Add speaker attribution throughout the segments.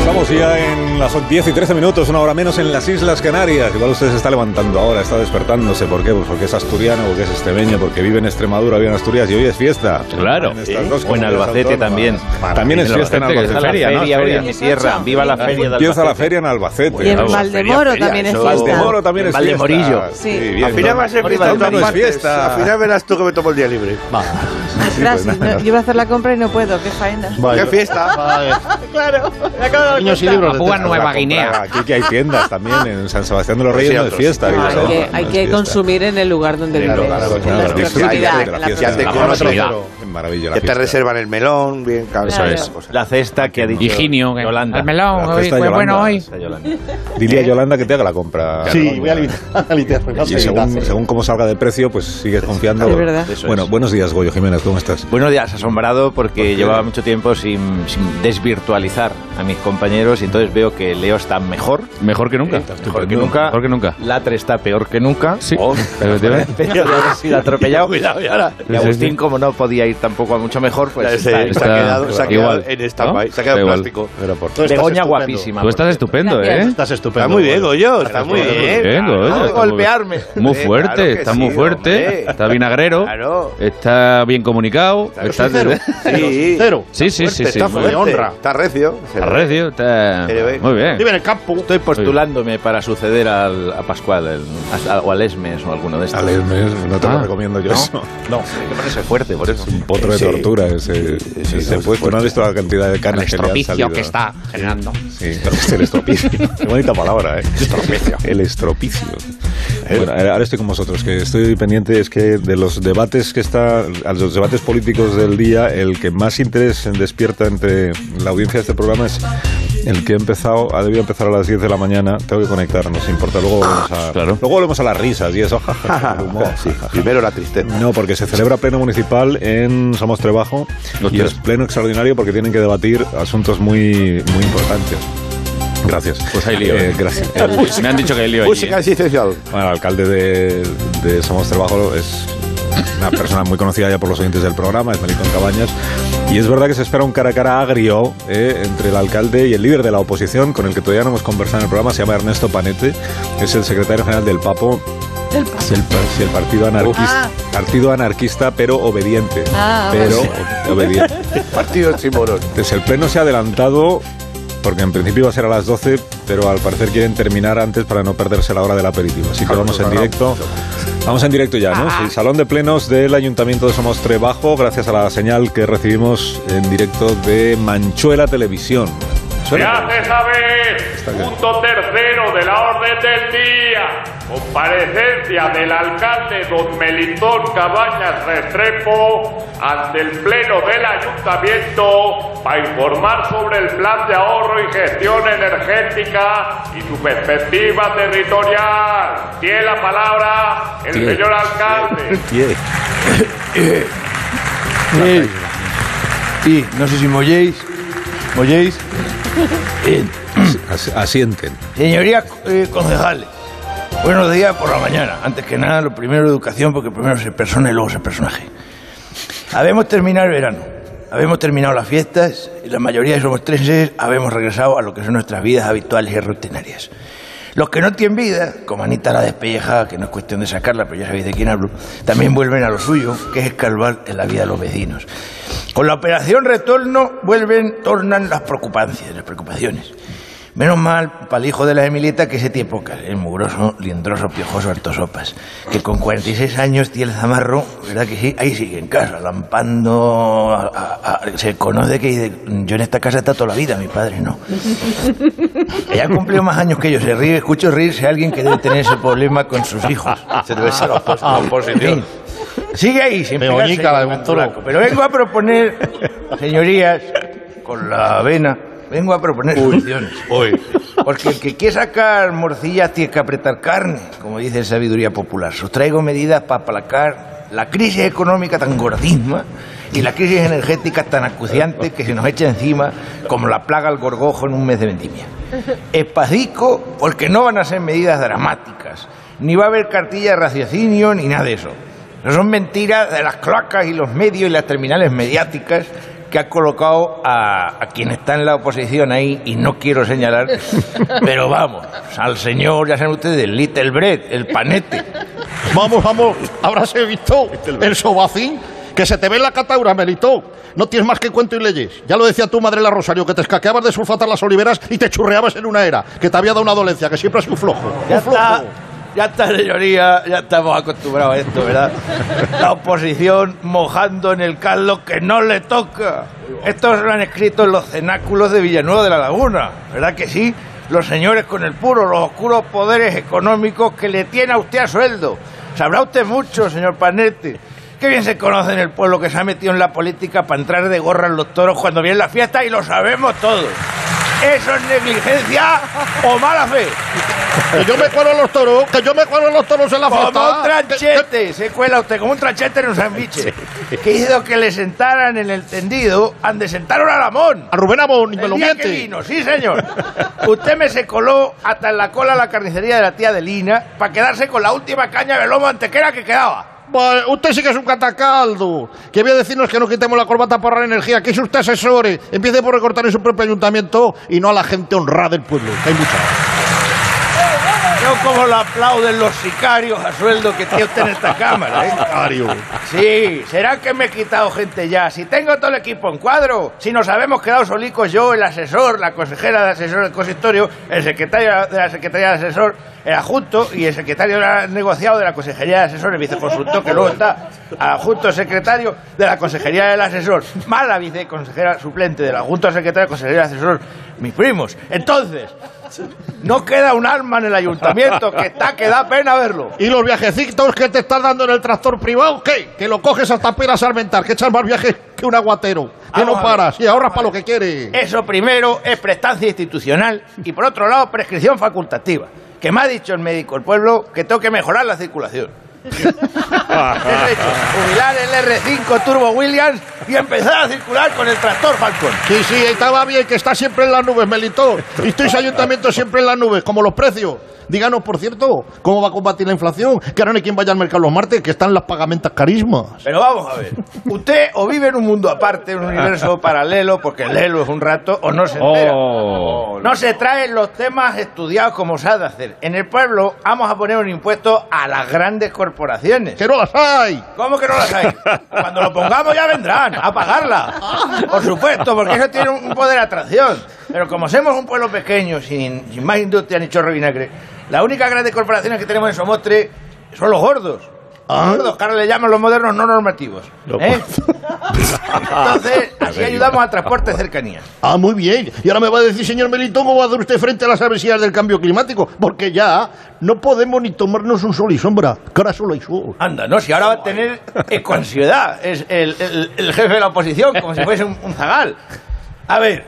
Speaker 1: Estamos ya en las 10 y 13 minutos, una hora menos en las Islas Canarias. Igual usted se está levantando ahora, está despertándose. ¿Por qué? Pues porque es asturiano, porque es extremeño, porque vive en Extremadura, vive en Asturias y hoy es fiesta.
Speaker 2: Claro.
Speaker 1: En
Speaker 2: Sí.
Speaker 1: estas
Speaker 2: O
Speaker 1: dos
Speaker 2: en
Speaker 1: comunidades
Speaker 2: Albacete
Speaker 1: autónomas.
Speaker 2: también.
Speaker 1: También es
Speaker 2: En
Speaker 1: fiesta en
Speaker 2: Albacete, que está
Speaker 1: Albacete.
Speaker 2: la feria, ¿no?
Speaker 3: hoy en
Speaker 2: Feria.
Speaker 3: mi tierra. Viva la feria de
Speaker 1: Empieza la
Speaker 3: Albacete.
Speaker 1: feria en Albacete.
Speaker 3: Y en
Speaker 2: Vamos,
Speaker 3: Valdemoro
Speaker 2: feria,
Speaker 3: también
Speaker 2: feria,
Speaker 3: es
Speaker 2: eso-
Speaker 1: Valdemoro también es fiesta.
Speaker 2: Valdemorillo.
Speaker 3: Sí.
Speaker 1: bien.
Speaker 4: Al final va a ser
Speaker 1: Ahorita
Speaker 4: fiesta en todas
Speaker 1: no es
Speaker 4: partes.
Speaker 1: fiesta.
Speaker 4: Al final verás tú que me tomo el día libre.
Speaker 3: Gracias.
Speaker 1: pues nada.
Speaker 3: no, yo iba a hacer la compra y no puedo, qué faena.
Speaker 4: ¡Qué fiesta!
Speaker 3: Claro, me acabo de dar
Speaker 5: Niños y
Speaker 3: cuenta.
Speaker 5: libros.
Speaker 2: Papúa Nueva
Speaker 1: Para comprar.
Speaker 2: Guinea.
Speaker 1: Aquí que hay tiendas también, en San Sebastián de los Reyes
Speaker 4: Sí,
Speaker 1: no es
Speaker 4: otros.
Speaker 1: fiesta.
Speaker 3: No,
Speaker 1: digo,
Speaker 3: hay
Speaker 1: no,
Speaker 3: que,
Speaker 1: no
Speaker 3: hay
Speaker 1: es
Speaker 3: que
Speaker 1: fiesta.
Speaker 3: consumir en el lugar donde
Speaker 4: Claro,
Speaker 3: vives.
Speaker 4: claro,
Speaker 3: en la
Speaker 4: claro.
Speaker 3: proximidad,
Speaker 1: Ya te-
Speaker 3: en la
Speaker 1: ya te
Speaker 4: La
Speaker 3: proximidad.
Speaker 2: conoces.
Speaker 4: proximidad.
Speaker 1: Qué maravilla la
Speaker 4: Que te
Speaker 1: fiesta.
Speaker 4: reservan el melón, bien claro.
Speaker 3: Eso es.
Speaker 5: pues,
Speaker 2: La cesta que ha dicho
Speaker 5: Higinio, que-
Speaker 2: Yolanda.
Speaker 5: al melón,
Speaker 1: La
Speaker 5: hoy,
Speaker 1: cesta
Speaker 5: fue
Speaker 1: Yolanda.
Speaker 5: bueno hoy.
Speaker 2: Cesta Yolanda.
Speaker 1: Dile a Yolanda que te haga la compra.
Speaker 5: Sí, voy a limitar- a limitar, voy a
Speaker 1: Y
Speaker 5: seguir
Speaker 1: según,
Speaker 5: así.
Speaker 1: según cómo salga de precio, pues sigues confiando.
Speaker 3: Es verdad.
Speaker 2: Eso
Speaker 1: Bueno,
Speaker 2: es.
Speaker 1: buenos días, Goyo Jiménez, ¿cómo estás?
Speaker 2: Buenos días, asombrado porque llevaba mucho tiempo sin, sin desvirtualizar a mis compañeros y entonces veo que Leo está mejor.
Speaker 5: Mejor que nunca.
Speaker 2: Mejor que nunca.
Speaker 5: Mejor que nunca.
Speaker 2: Latre está peor que nunca.
Speaker 5: Sí.
Speaker 2: Oh,
Speaker 5: efectivamente.
Speaker 2: pero de haber sido atropellado. y
Speaker 5: Sí, sí,
Speaker 2: Agustín,
Speaker 5: sí.
Speaker 2: como no podía ir tampoco a mucho mejor, pues
Speaker 4: Se,
Speaker 2: está,
Speaker 4: se ha
Speaker 5: está-
Speaker 4: quedado, se ha quedado
Speaker 5: igual,
Speaker 4: en stand-by,
Speaker 5: ¿no?
Speaker 4: se ha quedado
Speaker 5: Da
Speaker 4: en
Speaker 5: igual.
Speaker 4: plástico.
Speaker 1: Pero por-
Speaker 5: estás
Speaker 2: Begoña
Speaker 5: estupendo.
Speaker 2: guapísima.
Speaker 5: Tú estás estupendo,
Speaker 3: Gracias.
Speaker 5: ¿eh?
Speaker 6: Estás estupendo.
Speaker 4: Está muy bien,
Speaker 6: Goyo.
Speaker 4: Goyo, está muy bien.
Speaker 5: Bien,
Speaker 4: claro,
Speaker 5: Goyo,
Speaker 4: de
Speaker 5: está muy-
Speaker 4: golpearme.
Speaker 5: Muy
Speaker 4: Sí,
Speaker 5: fuerte,
Speaker 4: claro que
Speaker 5: está
Speaker 4: sí,
Speaker 5: muy fuerte,
Speaker 4: hombre.
Speaker 5: está vinagrero,
Speaker 4: Claro.
Speaker 5: está bien comunicado, está,
Speaker 4: Sí.
Speaker 6: Cero.
Speaker 5: sí, sí,
Speaker 4: Fuerte,
Speaker 5: sí, sí,
Speaker 4: Está
Speaker 5: muy
Speaker 4: fuerte,
Speaker 5: bien.
Speaker 6: honra.
Speaker 4: está recio.
Speaker 5: Está recio, está
Speaker 4: Se le ve.
Speaker 5: muy bien.
Speaker 6: Vive en el campo.
Speaker 2: Estoy postulándome para suceder al, a Pascual el- a- o al Esmes o alguno de estos.
Speaker 1: Ale, me- no te lo
Speaker 5: Ah.
Speaker 1: recomiendo yo. eso.
Speaker 2: No, hay que ponerse fuerte por eso.
Speaker 1: Un potro de
Speaker 4: Sí.
Speaker 1: tortura ese, ese puesto. No has visto la cantidad de
Speaker 5: El
Speaker 1: canas que le han
Speaker 5: estropicio
Speaker 1: salido.
Speaker 5: que está generando.
Speaker 1: Sí, el estropicio. Qué bonita palabra, ¿eh? Estropicio. El estropicio. Bueno, ahora estoy con vosotros, que estoy pendiente es que de los debates que está, a los debates políticos del día, el que más interés despierta entre la audiencia de este programa es el que ha empezado, ha debido empezar a las 10 de la mañana, tengo que conectarnos, importa, luego volvemos a,
Speaker 5: Claro.
Speaker 1: luego volvemos a las risas y eso, el humor.
Speaker 4: Sí, primero la tristeza.
Speaker 1: No, porque se celebra pleno municipal en Somos Trabajo
Speaker 5: Los
Speaker 1: y
Speaker 5: tres.
Speaker 1: es pleno extraordinario porque tienen que debatir asuntos muy, muy importantes. Gracias.
Speaker 5: Pues hay lío.
Speaker 1: Eh, gracias. El,
Speaker 5: Me han dicho que hay lío allí.
Speaker 4: Música licenciado.
Speaker 1: ¿eh? bueno, el alcalde de, de Somos Trabajo es una persona muy conocida ya por los oyentes del programa, es Melitón Cabañas. Y es verdad que se espera un cara a cara agrio eh, entre el alcalde y el líder de la oposición, con el que todavía no hemos conversado en el programa, se llama Ernesto Panete, es el secretario general del Papo. Es el, par- sí, el partido anarquista,
Speaker 3: Ah.
Speaker 1: partido anarquista pero obediente.
Speaker 3: Ah,
Speaker 1: pero obediente.
Speaker 4: Partido sin morón.
Speaker 1: Entonces, el pleno se ha adelantado porque en principio iba a ser a las 12, pero al parecer quieren terminar antes para no perderse la hora del aperitivo. Así que
Speaker 4: Claro, pues
Speaker 1: vamos en
Speaker 4: claro.
Speaker 1: directo. Vamos en directo ya, ¿no? Sí, salón de plenos del Ayuntamiento de Somostre Bajo, gracias a la señal que recibimos en directo de Manchuela Televisión.
Speaker 7: Se
Speaker 1: Suena.
Speaker 7: hace saber,
Speaker 1: bien.
Speaker 7: punto tercero de la orden del día, comparecencia del alcalde don Melitón Cabañas Restrepo ante el pleno del ayuntamiento para informar sobre el plan de ahorro y gestión energética y su perspectiva territorial. Tiene la palabra el señor alcalde.
Speaker 6: Eh, Sí, no sé si me oyéis. ¿Me oyéis?
Speaker 8: eh,
Speaker 1: As- Asienten.
Speaker 6: Señoría eh, concejales, buenos días por la mañana. Antes que nada, lo primero educación, porque primero se persona y luego se personaje. Habemos terminado el verano, habemos terminado las fiestas y la mayoría de somos treses habemos regresado a lo que son nuestras vidas habituales y rutinarias. Los que no tienen vida, como Anita la despellejada, que no es cuestión de sacarla, pero ya sabéis de quién hablo, también vuelven a lo suyo, que es escalvar en la vida de los vecinos. Con la operación retorno vuelven, tornan las preocupancias, las preocupaciones. Menos mal para el hijo de la Emilieta que ese tiempo, el mugroso, liendroso, piojoso, altosopas, que con 46 años tiene el zamarro, ¿verdad que sí? Ahí sigue en casa, lampando. a- a- a- se conoce que dice, yo en esta casa está toda la vida, mi padre no. Ella cumplió más años que yo, se ríe, escucho reírse a alguien que debe tener ese problema con sus hijos. Ah,
Speaker 4: Se debe ser la opos- la oposición.
Speaker 6: Sigue ahí, sin
Speaker 5: Begoñica,
Speaker 6: pegarse con
Speaker 5: la de
Speaker 6: el
Speaker 5: Montoro.
Speaker 6: turaco. Pero vengo a proponer, señorías, con la avena, vengo a proponer soluciones.
Speaker 4: Uy.
Speaker 6: Porque el que quiere sacar morcillas tiene que apretar carne, como dice la sabiduría popular. Sustraigo medidas para aplacar la crisis económica tan gordisma y la crisis energética tan acuciante que se nos echa encima como la plaga al gorgojo en un mes de vendimia. Espadico, porque no van a ser medidas dramáticas, ni va a haber cartilla de raciocinio, ni nada de eso. Eso son mentiras de las cloacas y los medios y las terminales mediáticas que ha colocado a, a quien está en la oposición ahí, y no quiero señalar, pero vamos, al señor, ya saben ustedes, el Little Bread, el panete.
Speaker 9: Vamos, vamos, habráse visto el sobacín, que se te ve en la cataura, Melito. No tienes más que cuento y leyes. Ya lo decía tu madre la Rosario, que te escaqueabas de sulfatar las oliveras y te churreabas en una era, que te había dado una dolencia, que siempre es un flojo.
Speaker 6: Ya
Speaker 9: un flojo.
Speaker 6: está, ya está, señoría, ya estamos acostumbrados a esto, ¿verdad? La oposición mojando en el caldo que no le toca. Esto lo han escrito en los cenáculos de Villanueva de la Laguna, ¿verdad que sí? Los señores con el puro, los oscuros poderes económicos que le tiene a usted a sueldo. Sabrá usted mucho, señor Panete. Qué bien se conoce en el pueblo que se ha metido en la política para entrar de gorra en los toros cuando viene la fiesta y lo sabemos todos. ¿Eso es negligencia o mala fe?
Speaker 9: Que yo me cuelo en los toros, que yo me cuelo en los toros en la ¿ah?
Speaker 6: Como
Speaker 9: fiesta.
Speaker 6: un
Speaker 9: Que- que-
Speaker 6: tranchete, se cuela usted como un tranchete en un sándwich. Que hizo que le sentaran en el tendido, han de sentaron a Lamón.
Speaker 9: A Rubén Amón, ni me
Speaker 6: El
Speaker 9: lo
Speaker 6: día que
Speaker 9: miente.
Speaker 6: vino, sí señor. Usted me se coló hasta en la cola a la carnicería de la tía de Lina para quedarse con la última caña de lomo antequera que quedaba.
Speaker 9: Vale, usted sí que es un catacaldo. Que voy a decirnos que no quitemos la corbata para ahorrar energía. Que es usted asesore. Empiece por recortar en su propio ayuntamiento y no a la gente honrada del pueblo. que hay mucha.
Speaker 6: No como lo aplauden los sicarios a sueldo que tiene usted en esta cámara, ¿eh?
Speaker 9: Sicario.
Speaker 6: Sí, será que me he quitado gente ya. Si tengo todo el equipo en cuadro, si nos habemos quedado solicos yo, el asesor, la consejera del asesor del consistorio, el secretario de la Secretaría del Asesor, el adjunto y el secretario de negociado de la Consejería del Asesor, el viceconsultor que luego está, adjunto secretario de la Consejería del Asesor, más la viceconsejera suplente del adjunto secretario de Consejería del Asesor, mis primos. Entonces, no queda un alma en el ayuntamiento que está que da pena verlo.
Speaker 9: ¿Y los viajecitos que te estás dando en el tractor privado? ¿Qué? Que lo coges hasta peras armentar, que echas más viajes que un aguatero. Que
Speaker 6: Vamos
Speaker 9: no
Speaker 6: a ver.
Speaker 9: paras y ahorras para lo que quieres.
Speaker 6: Eso primero es prestancia institucional y por otro lado prescripción facultativa. Que me ha dicho el médico del pueblo que tengo que mejorar la circulación. Es hecho, jubilar el R5 Turbo Williams y empezar a circular con el tractor Falcon.
Speaker 9: Sí, sí, estaba bien, que está siempre en las nubes, Melitón. Y tus ayuntamientos siempre en las nubes, como los precios. Díganos, por cierto, cómo va a combatir la inflación, que ahora no hay quien vaya al mercado los martes, que están las pagamentas carismas.
Speaker 6: Pero vamos a ver, usted o vive en un mundo aparte, un universo paralelo, porque léelo es un rato, o no se entera.
Speaker 5: Oh.
Speaker 6: No se traen los temas estudiados como se ha de hacer. En el pueblo vamos a poner un impuesto a las grandes corporaciones.
Speaker 9: ¡Que no las hay!
Speaker 6: ¿Cómo que no las hay? Cuando lo pongamos ya vendrán a pagarla. Por supuesto, porque eso tiene un poder de atracción. Pero como somos un pueblo pequeño, sin, sin más industria ni chorro de vinagre, las únicas grandes corporaciones que tenemos en Somostre son los gordos.
Speaker 9: Ah.
Speaker 6: Los gordos, que ahora le llaman los modernos no normativos. ¿eh? Entonces, así ayudamos al transporte de cercanía.
Speaker 9: Ah, muy bien. Y ahora me va a decir, señor Melitón, cómo va a hacer usted frente a las adversidades del cambio climático, porque ya no podemos ni tomarnos un sol y sombra, que ahora solo hay sol.
Speaker 6: Anda, ¿no? Si ahora va a tener ecoansiedad. Es el, el- el jefe de la oposición, como si fuese un, un zagal. A ver,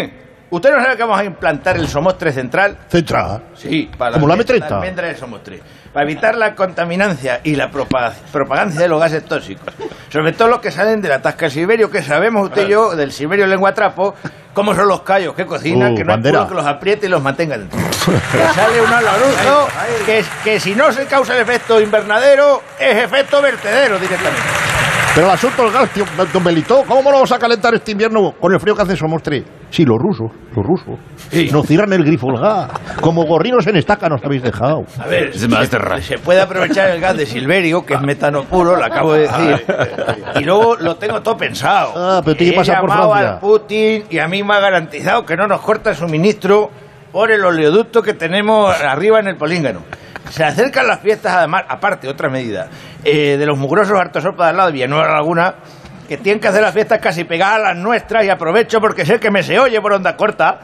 Speaker 6: usted no sabe que vamos a implantar el Somostre Central.
Speaker 9: Centra.
Speaker 6: Sí, para
Speaker 9: Como la
Speaker 6: almendra-
Speaker 9: metreta.
Speaker 6: almendra de Somostre. Para evitar la contaminancia y la propa- propagancia de los gases tóxicos. Sobre todo los que salen de la tasca del Siberio, que sabemos usted y yo, del Siberio lengua trapo, cómo son los callos que cocinan,
Speaker 9: Uh,
Speaker 6: que no hay
Speaker 9: bandera.
Speaker 6: culo que los apriete y los mantenga dentro. que sale un aloruzo que, que si no se causa el efecto invernadero, es efecto vertedero directamente.
Speaker 9: Pero el asunto del gas, tío, don Melitón, ¿cómo lo vamos a calentar este invierno con el frío que hace Somos tres? Sí, los rusos, los rusos. Nos cierran el grifo el gas. Como gorrinos en estaca nos habéis dejado.
Speaker 6: A ver,
Speaker 5: Es más terra.
Speaker 6: se puede aprovechar el gas de Silverio, que es metano puro, lo acabo de decir.
Speaker 5: Ah.
Speaker 6: Y luego lo tengo todo pensado.
Speaker 9: Ah, pero tiene que
Speaker 6: He
Speaker 9: pasar por
Speaker 6: llamado
Speaker 9: Francia.
Speaker 6: al Putin y a mí me ha garantizado que no nos corta el suministro por el oleoducto que tenemos arriba en el políngano. Se acercan las fiestas, además, aparte, otra medida, eh, de los mugrosos hartosopa de al lado de Villanueva de la Laguna, que tienen que hacer las fiestas casi pegadas a las nuestras, y aprovecho porque sé que me se oye por onda corta,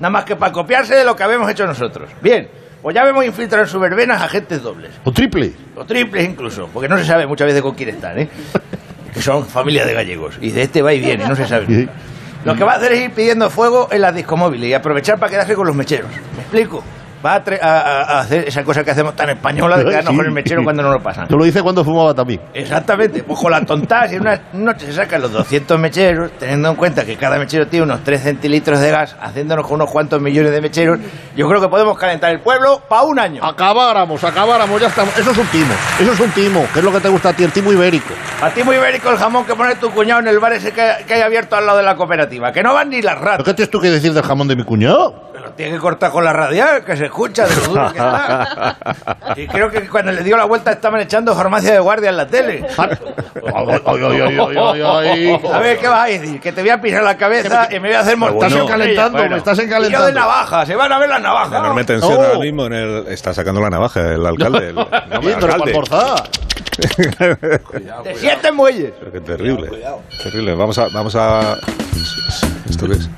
Speaker 6: nada más que para copiarse de lo que habíamos hecho nosotros. Bien, pues ya vemos infiltrar en sus verbenas agentes dobles,
Speaker 9: O triple.
Speaker 6: o triples incluso, porque no se sabe muchas veces con quién están, ¿eh? que son familia de gallegos, y de este va y viene, no se sabe.
Speaker 9: Sí.
Speaker 6: Lo que va a hacer es ir pidiendo fuego en las discomóviles y aprovechar para quedarse con los mecheros. ¿Me explico? Va a, tre- a- a- a hacer esa cosa que hacemos tan española de quedarnos
Speaker 9: Sí.
Speaker 6: con el mechero cuando no lo pasan.
Speaker 9: Yo lo hice cuando fumaba también.
Speaker 6: Exactamente, pues con las tontadas y en una noche se sacan los 200 mecheros, teniendo en cuenta que cada mechero tiene unos 3 centilitros de gas, haciéndonos con unos cuantos millones de mecheros, yo creo que podemos calentar el pueblo para un año.
Speaker 9: Acabáramos, acabáramos, ya estamos. Eso es un timo. Eso es un timo, que es lo que te gusta a ti, el timo ibérico.
Speaker 6: A ti muy ibérico el jamón que pone tu cuñado en el bar ese que, que hay abierto al lado de la cooperativa, que no van ni las
Speaker 9: ¿Pero
Speaker 6: ratas.
Speaker 9: qué tienes tú que decir del jamón de mi cuñado?
Speaker 6: Me Lo tiene que cortar con la radial, que se escucha de lo duro que está. Y creo que cuando le dio la vuelta estaban echando farmacia de guardia en la tele.
Speaker 9: Ay, ay, ay, ay, ay, ay, ay.
Speaker 6: A ver, ¿qué vas a decir? Que te voy a pisar la cabeza y me voy a hacer
Speaker 9: Me
Speaker 6: mortal.
Speaker 9: estás encalentando, me estás
Speaker 6: Yo de
Speaker 9: encalentando.
Speaker 6: navaja, se van a ver las navajas.
Speaker 1: La enorme tensión
Speaker 9: Oh.
Speaker 1: ahora mismo en el... Está sacando la navaja el alcalde. el- no,
Speaker 9: Sí,
Speaker 1: el
Speaker 9: pero para
Speaker 1: alcalde.
Speaker 9: almorzar.
Speaker 6: Te sientes muelles.
Speaker 1: Pero qué terrible. Terrible. Vamos a... Vamos a... ¿Esto qué es?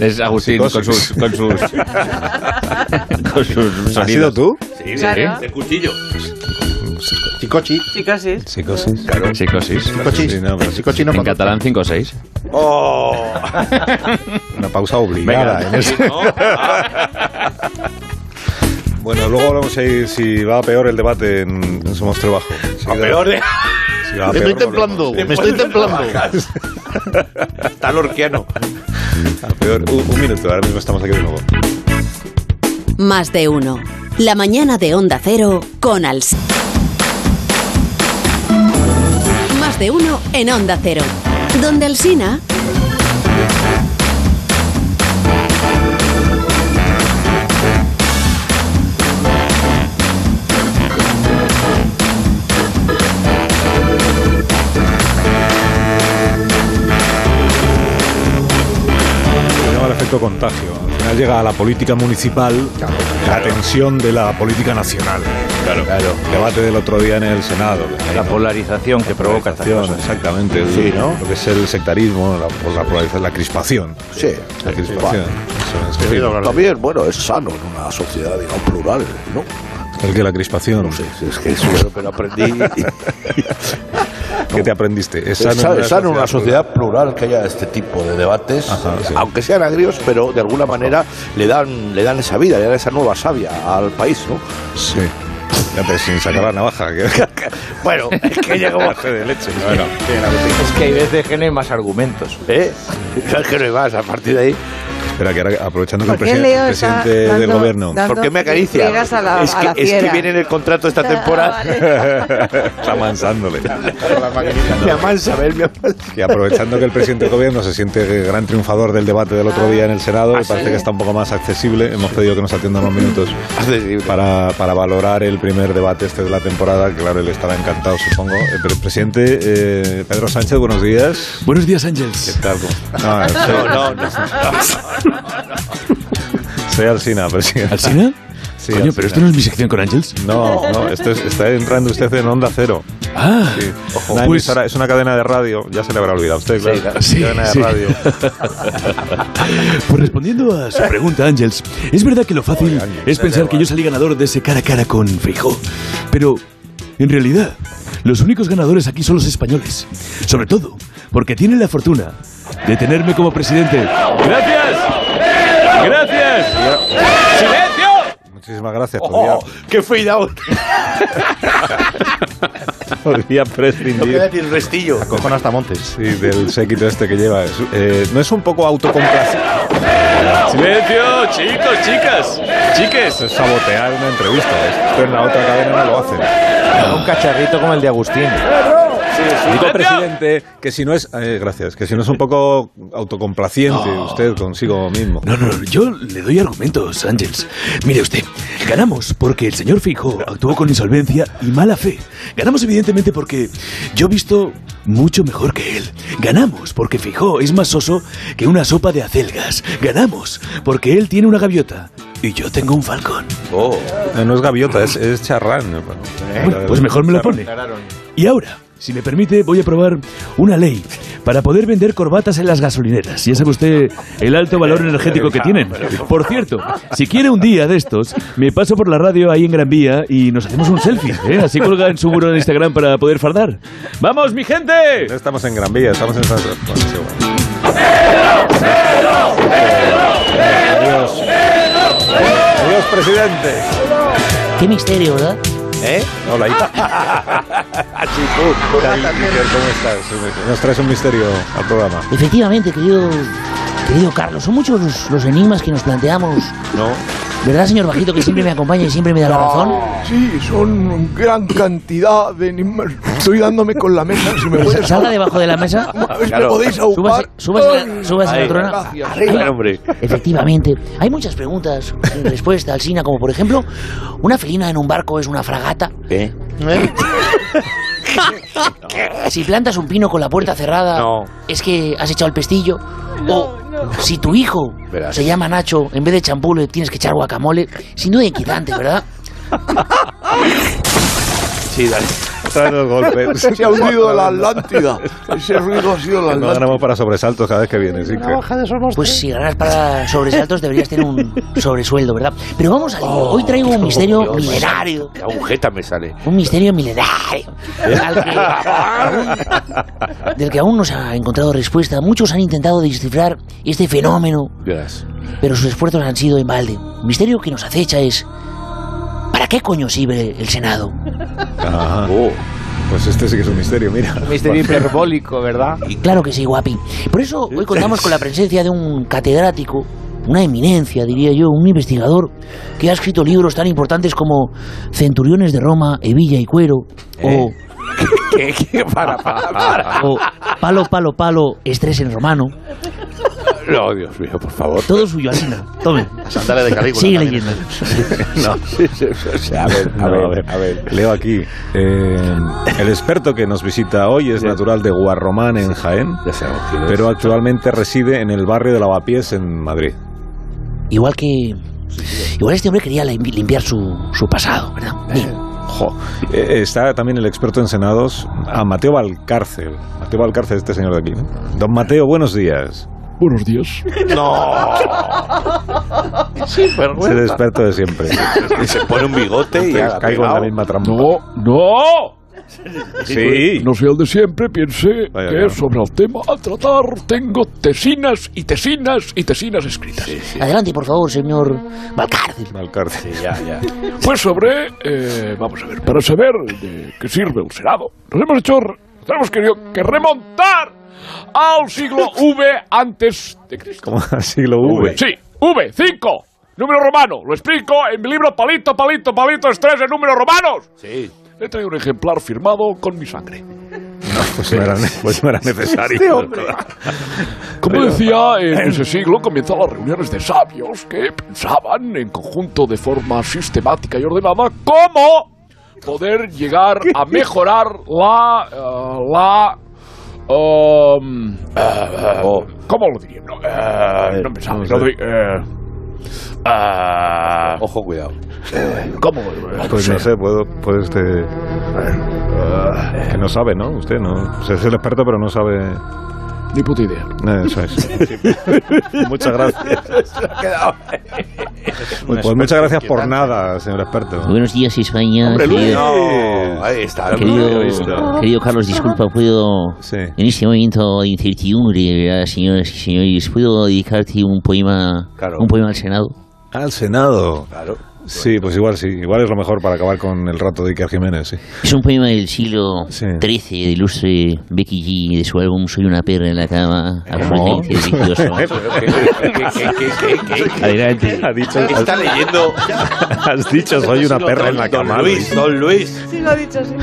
Speaker 5: Es Agustín con
Speaker 1: Psicosis.
Speaker 5: sus, con sus, con sus sonidos.
Speaker 1: ¿Has sido tú?
Speaker 5: Sí,
Speaker 3: Claro.
Speaker 5: sí.
Speaker 4: El cuchillo.
Speaker 9: Chicochi,
Speaker 3: Psicosis.
Speaker 1: Psicosis.
Speaker 5: Psicosis.
Speaker 9: chicochi.
Speaker 1: Sí, no, pero sí,
Speaker 9: Chicochi no
Speaker 5: En
Speaker 9: cuando-
Speaker 5: catalán 5 o 6.
Speaker 10: Oh,
Speaker 1: Una pausa obligada. ¿eh? en ese- Bueno, luego hablamos ahí si va a peor el debate en, en Somos Trabajo. Si queda-
Speaker 4: Peor de...
Speaker 1: si va a
Speaker 9: Me estoy
Speaker 1: peor, pues,
Speaker 9: templando,
Speaker 1: volvemos.
Speaker 9: me estoy templando.
Speaker 4: Está lorquiano.
Speaker 1: A peor. Un, un minuto, ahora mismo estamos aquí de nuevo.
Speaker 11: Más de uno. La mañana de Onda Cero con Alsina. Más de uno en Onda Cero. Donde Alsina.
Speaker 1: Se llama el efecto contagio. Al final llega a la política municipal la tensión de la política nacional. Claro. El debate del otro día en el Senado.
Speaker 2: La polarización que provoca estas
Speaker 1: polarización,
Speaker 2: cosas.
Speaker 1: exactamente.
Speaker 9: Sí, ¿no?
Speaker 1: Lo que es el sectarismo, la, pues, la polarización, la crispación.
Speaker 8: Sí.
Speaker 1: La crispación. Eso es, sí.
Speaker 8: También, bueno, es sano en una sociedad, digamos, plural, ¿no?
Speaker 1: El que la crispación.
Speaker 8: No sé, es que eso es lo que lo aprendí.
Speaker 1: ¿Qué te aprendiste? Es
Speaker 8: Es sa- es sano en una
Speaker 1: plural.
Speaker 8: sociedad plural que haya este tipo de debates,
Speaker 1: Ajá, sí.
Speaker 8: aunque sean agrios, pero de alguna manera le dan, le dan esa vida, le dan esa nueva savia al país, ¿no?
Speaker 1: Sí. Ya, pero sin sacar la navaja. Que...
Speaker 8: Bueno, es que llegamos...
Speaker 1: Café de leche. Bueno.
Speaker 2: Es que hay veces que no hay más argumentos.
Speaker 8: ¿Eh? Es que no hay más, a partir de ahí...
Speaker 1: Espera, que ahora aprovechando que el,
Speaker 3: ¿Por qué
Speaker 1: presi-
Speaker 3: Leo
Speaker 1: el
Speaker 3: está
Speaker 1: presidente del
Speaker 3: dando-
Speaker 1: gobierno.
Speaker 3: dando
Speaker 8: ¿Por qué me acaricia?
Speaker 3: friegas a la-
Speaker 8: es,
Speaker 3: a
Speaker 8: que,
Speaker 3: la
Speaker 8: es que
Speaker 3: fiera?
Speaker 8: viene en el contrato esta temporada.
Speaker 3: Ah, vale.
Speaker 1: Está mansándole.
Speaker 8: Me amansa, a ver, me amansa.
Speaker 1: Y aprovechando que el presidente del gobierno se siente gran triunfador del debate del otro día en el
Speaker 8: Ah,
Speaker 1: Senado, me parece que está un poco más accesible. Hemos pedido que nos atienda unos minutos para, para valorar el primer debate este de la temporada. que, Claro, él estará encantado, supongo. Eh, Pero, presidente eh, Pedro Sánchez, buenos días.
Speaker 12: Buenos días,
Speaker 1: ¿Qué
Speaker 12: Ángels.
Speaker 1: tal? Ah, No, soy,
Speaker 8: No, no,
Speaker 1: soy Alsina, presidente.
Speaker 12: ¿Alsina?
Speaker 1: Sí,
Speaker 12: Coño,
Speaker 1: Alsina.
Speaker 12: pero esto no es mi sección con Ángels.
Speaker 1: No, no, esto es- está entrando usted en Onda Cero.
Speaker 12: Ah,
Speaker 1: Sí. Ojo, una
Speaker 12: pues-
Speaker 1: emisora- es una cadena de radio, ya se le habrá olvidado a usted, claro.
Speaker 12: Sí,
Speaker 1: cadena de
Speaker 12: sí.
Speaker 1: radio.
Speaker 12: pues respondiendo a su pregunta, Ángels, es verdad que lo fácil
Speaker 1: Oye, Ángels,
Speaker 12: es pensar que yo salí ganador de ese cara a cara con Feijó. Pero, en realidad, los únicos ganadores aquí son los españoles. Sobre todo, porque tienen la fortuna de tenerme como presidente.
Speaker 5: ¡Gracias! ¡Gracias! ¡Silencio!
Speaker 1: Muchísimas gracias. Podría,
Speaker 8: Oh, ¡Qué feidao!
Speaker 1: podría
Speaker 8: No queda
Speaker 1: prescindir
Speaker 8: ni el restillo.
Speaker 9: Cojón hasta Montes.
Speaker 1: sí, del séquito este que lleva. Es- eh, ¿No es un poco autocomplaciente?
Speaker 5: ¡Silencio! ¡Chicos, chicas! ¡Chiques!
Speaker 1: Es sabotear una entrevista. Esto en la otra cadena no lo hacen.
Speaker 2: Un cacharrito como el de Agustín.
Speaker 6: Sí,
Speaker 1: Digo presidente que si no es eh, gracias, que si no es un poco autocomplaciente
Speaker 12: No.
Speaker 1: usted consigo mismo.
Speaker 12: No, no, no, yo le doy argumentos, Ángels. Mire usted, ganamos porque el señor Fijo actuó con insolvencia y mala fe. Ganamos evidentemente porque yo he visto mucho mejor que él. Ganamos porque Fijo es más soso que una sopa de acelgas. Ganamos porque él tiene una gaviota y yo tengo un falcón.
Speaker 1: Oh. Eh, No es gaviota, es, es charrán.
Speaker 12: Bueno, pues mejor me lo pone. Y ahora, si me permite, voy a probar una ley para poder vender corbatas en las gasolineras. Ya sabe usted el alto valor energético que tienen. Por cierto, si quiere un día de estos, me paso por la radio ahí en Gran Vía y nos hacemos un selfie. ¿eh? Así colga en su muro de Instagram para poder fardar. ¡Vamos, mi gente!
Speaker 1: No estamos en Gran Vía, estamos en San Bueno, sí, bueno. Adiós. Adiós, presidente.
Speaker 13: Qué misterio, ¿verdad?
Speaker 1: ¿Eh? Hola, Así tú. ¿Qué tal, Iker? ¿Cómo estás? Nos traes un misterio al programa.
Speaker 13: Efectivamente, querido, querido Carlos, son muchos los, los enigmas que nos planteamos.
Speaker 1: No.
Speaker 13: ¿Verdad, señor Bajito, que siempre me acompaña y siempre me da la razón?
Speaker 14: Sí, son gran cantidad de enigmas. Estoy dándome con la mesa. Si me puedes
Speaker 13: Salga debajo de la mesa.
Speaker 14: ¿Me podéis
Speaker 13: Súbase,
Speaker 14: ahupar?
Speaker 13: súbase, a la- súbase a la
Speaker 14: Ahí,
Speaker 13: trona.
Speaker 14: gracias.
Speaker 13: Arriba.
Speaker 14: Claro, hombre.
Speaker 13: Efectivamente. Hay muchas preguntas sin respuesta, Alsina, como por ejemplo, ¿una felina en un barco es una fragata?
Speaker 8: ¿Qué?
Speaker 13: Si plantas un pino con la puerta cerrada,
Speaker 8: No.
Speaker 13: es que has echado el pestillo. o si tu hijo
Speaker 8: Verás.
Speaker 13: se llama Nacho, en vez de champú le tienes que echar guacamole. Sin duda inquietante, ¿verdad?
Speaker 8: Sí, dale.
Speaker 1: Trae los golpes.
Speaker 14: Se ha hundido la Atlántida. Ese ruido ha sido la
Speaker 1: No
Speaker 14: Atlántida.
Speaker 1: ganamos para sobresaltos cada vez que vienes, Iker.
Speaker 13: Pues si ganas para sobresaltos deberías tener un sobresueldo, ¿verdad? Pero vamos a Hoy traigo un misterio
Speaker 8: Oh, Dios,
Speaker 13: milenario.
Speaker 8: La agujeta me sale.
Speaker 13: Un misterio milenario. Al que- del que aún no se ha encontrado respuesta. Muchos han intentado descifrar este fenómeno,
Speaker 8: Verás.
Speaker 13: pero sus esfuerzos han sido en balde. El misterio que nos acecha es... ¿Para qué coño sirve el Senado?
Speaker 1: Ah, Pues este sí que es un misterio, mira.
Speaker 2: Misterio hiperbólico, ¿verdad?
Speaker 13: Claro que sí, guapi. Por eso hoy contamos con la presencia de un catedrático, una eminencia, diría yo, un investigador que ha escrito libros tan importantes como Centuriones de Roma, Hebilla y Cuero, o
Speaker 14: Eh.
Speaker 5: ¿Qué, qué? Para, para, para.
Speaker 13: o Palo, Palo, Palo, Estrés en Romano.
Speaker 8: No, Dios mío, por favor.
Speaker 13: Todo suyo, Alina. Tome.
Speaker 8: Sandales de Calígula
Speaker 13: Sigue
Speaker 8: también.
Speaker 13: leyendo.
Speaker 8: no, sí, sí, sí, sí, a ver, a
Speaker 1: No,
Speaker 8: ver,
Speaker 1: a ver, Leo aquí. eh, el experto que nos visita hoy es natural de Guarromán, en Jaén, pero actualmente reside en el barrio de Lavapiés, en Madrid.
Speaker 13: Igual que. Igual este hombre quería lim- limpiar su, su pasado, ¿verdad? Bien.
Speaker 1: Jo. Eh, está también el experto en senados, a Mateo Valcárcel. Mateo Valcárcel, este señor de aquí. ¿no? Don Mateo, buenos días.
Speaker 12: Buenos días.
Speaker 8: No. Sí,
Speaker 1: Es el experto de siempre.
Speaker 8: Y se pone un bigote y ya.
Speaker 1: Caigo en la misma trampa.
Speaker 14: No, no.
Speaker 1: Sí.
Speaker 14: No soy el de siempre, piense
Speaker 1: Vaya,
Speaker 14: que
Speaker 1: claro.
Speaker 14: sobre el tema a tratar tengo tesinas y tesinas y tesinas escritas.
Speaker 13: Adelante, por favor, señor Valcárcel.
Speaker 1: Valcárcel.
Speaker 8: ya, ya.
Speaker 14: Pues sobre, eh, vamos a ver, para saber de qué sirve un senado, nos hemos hecho, tenemos querido que remontar al siglo V antes de Cristo.
Speaker 1: Como al siglo V.
Speaker 14: Sí, V5, número romano. Lo explico en mi libro Palito, Palito, Palito, estrés en números romanos.
Speaker 8: Sí.
Speaker 14: Le he traído un ejemplar firmado con mi sangre.
Speaker 1: Pues no era, ne- pues no era necesario.
Speaker 14: Este hombre. Como decía, en ese siglo comienzan las reuniones de sabios que pensaban en conjunto de forma sistemática y ordenada cómo poder llegar a mejorar la... eh, la um, eh, ¿Cómo lo diría? No, eh, no me sale, no doy, eh, ah,
Speaker 8: Ojo, cuidado.
Speaker 14: ¿Cómo? Eh,
Speaker 1: Pues no sé, puedo, pues este... Que no sabe, ¿no? Usted no... o sea, es el experto, pero no sabe... Eh,
Speaker 14: Ni puta idea.
Speaker 1: Eso es. muchas gracias. Pues muchas gracias por nada, señor experto.
Speaker 13: Buenos días, España.
Speaker 1: Luis.
Speaker 13: querido,
Speaker 8: No, ahí está.
Speaker 13: querido, querido Carlos, disculpa, puedo. En este momento de incertidumbre, ¿verdad, señoras y señores, ¿puedo dedicarte un poema,
Speaker 8: Claro.
Speaker 13: un poema al Senado?
Speaker 1: Al Senado.
Speaker 8: Claro.
Speaker 1: Sí, pues igual sí. Igual es lo mejor para acabar con el rato de Iker Jiménez, sí.
Speaker 4: Es un poema del siglo XIII del ilustre Becky G de su álbum Soy una perra en la cama, absolutamente delicioso.
Speaker 8: pues,
Speaker 4: Adelante.
Speaker 1: Ha dicho,
Speaker 8: Está leyendo.
Speaker 1: Has dicho, soy una perra en la cama. Luis.
Speaker 8: Don Luis.
Speaker 15: Sí, lo ha dicho, sí.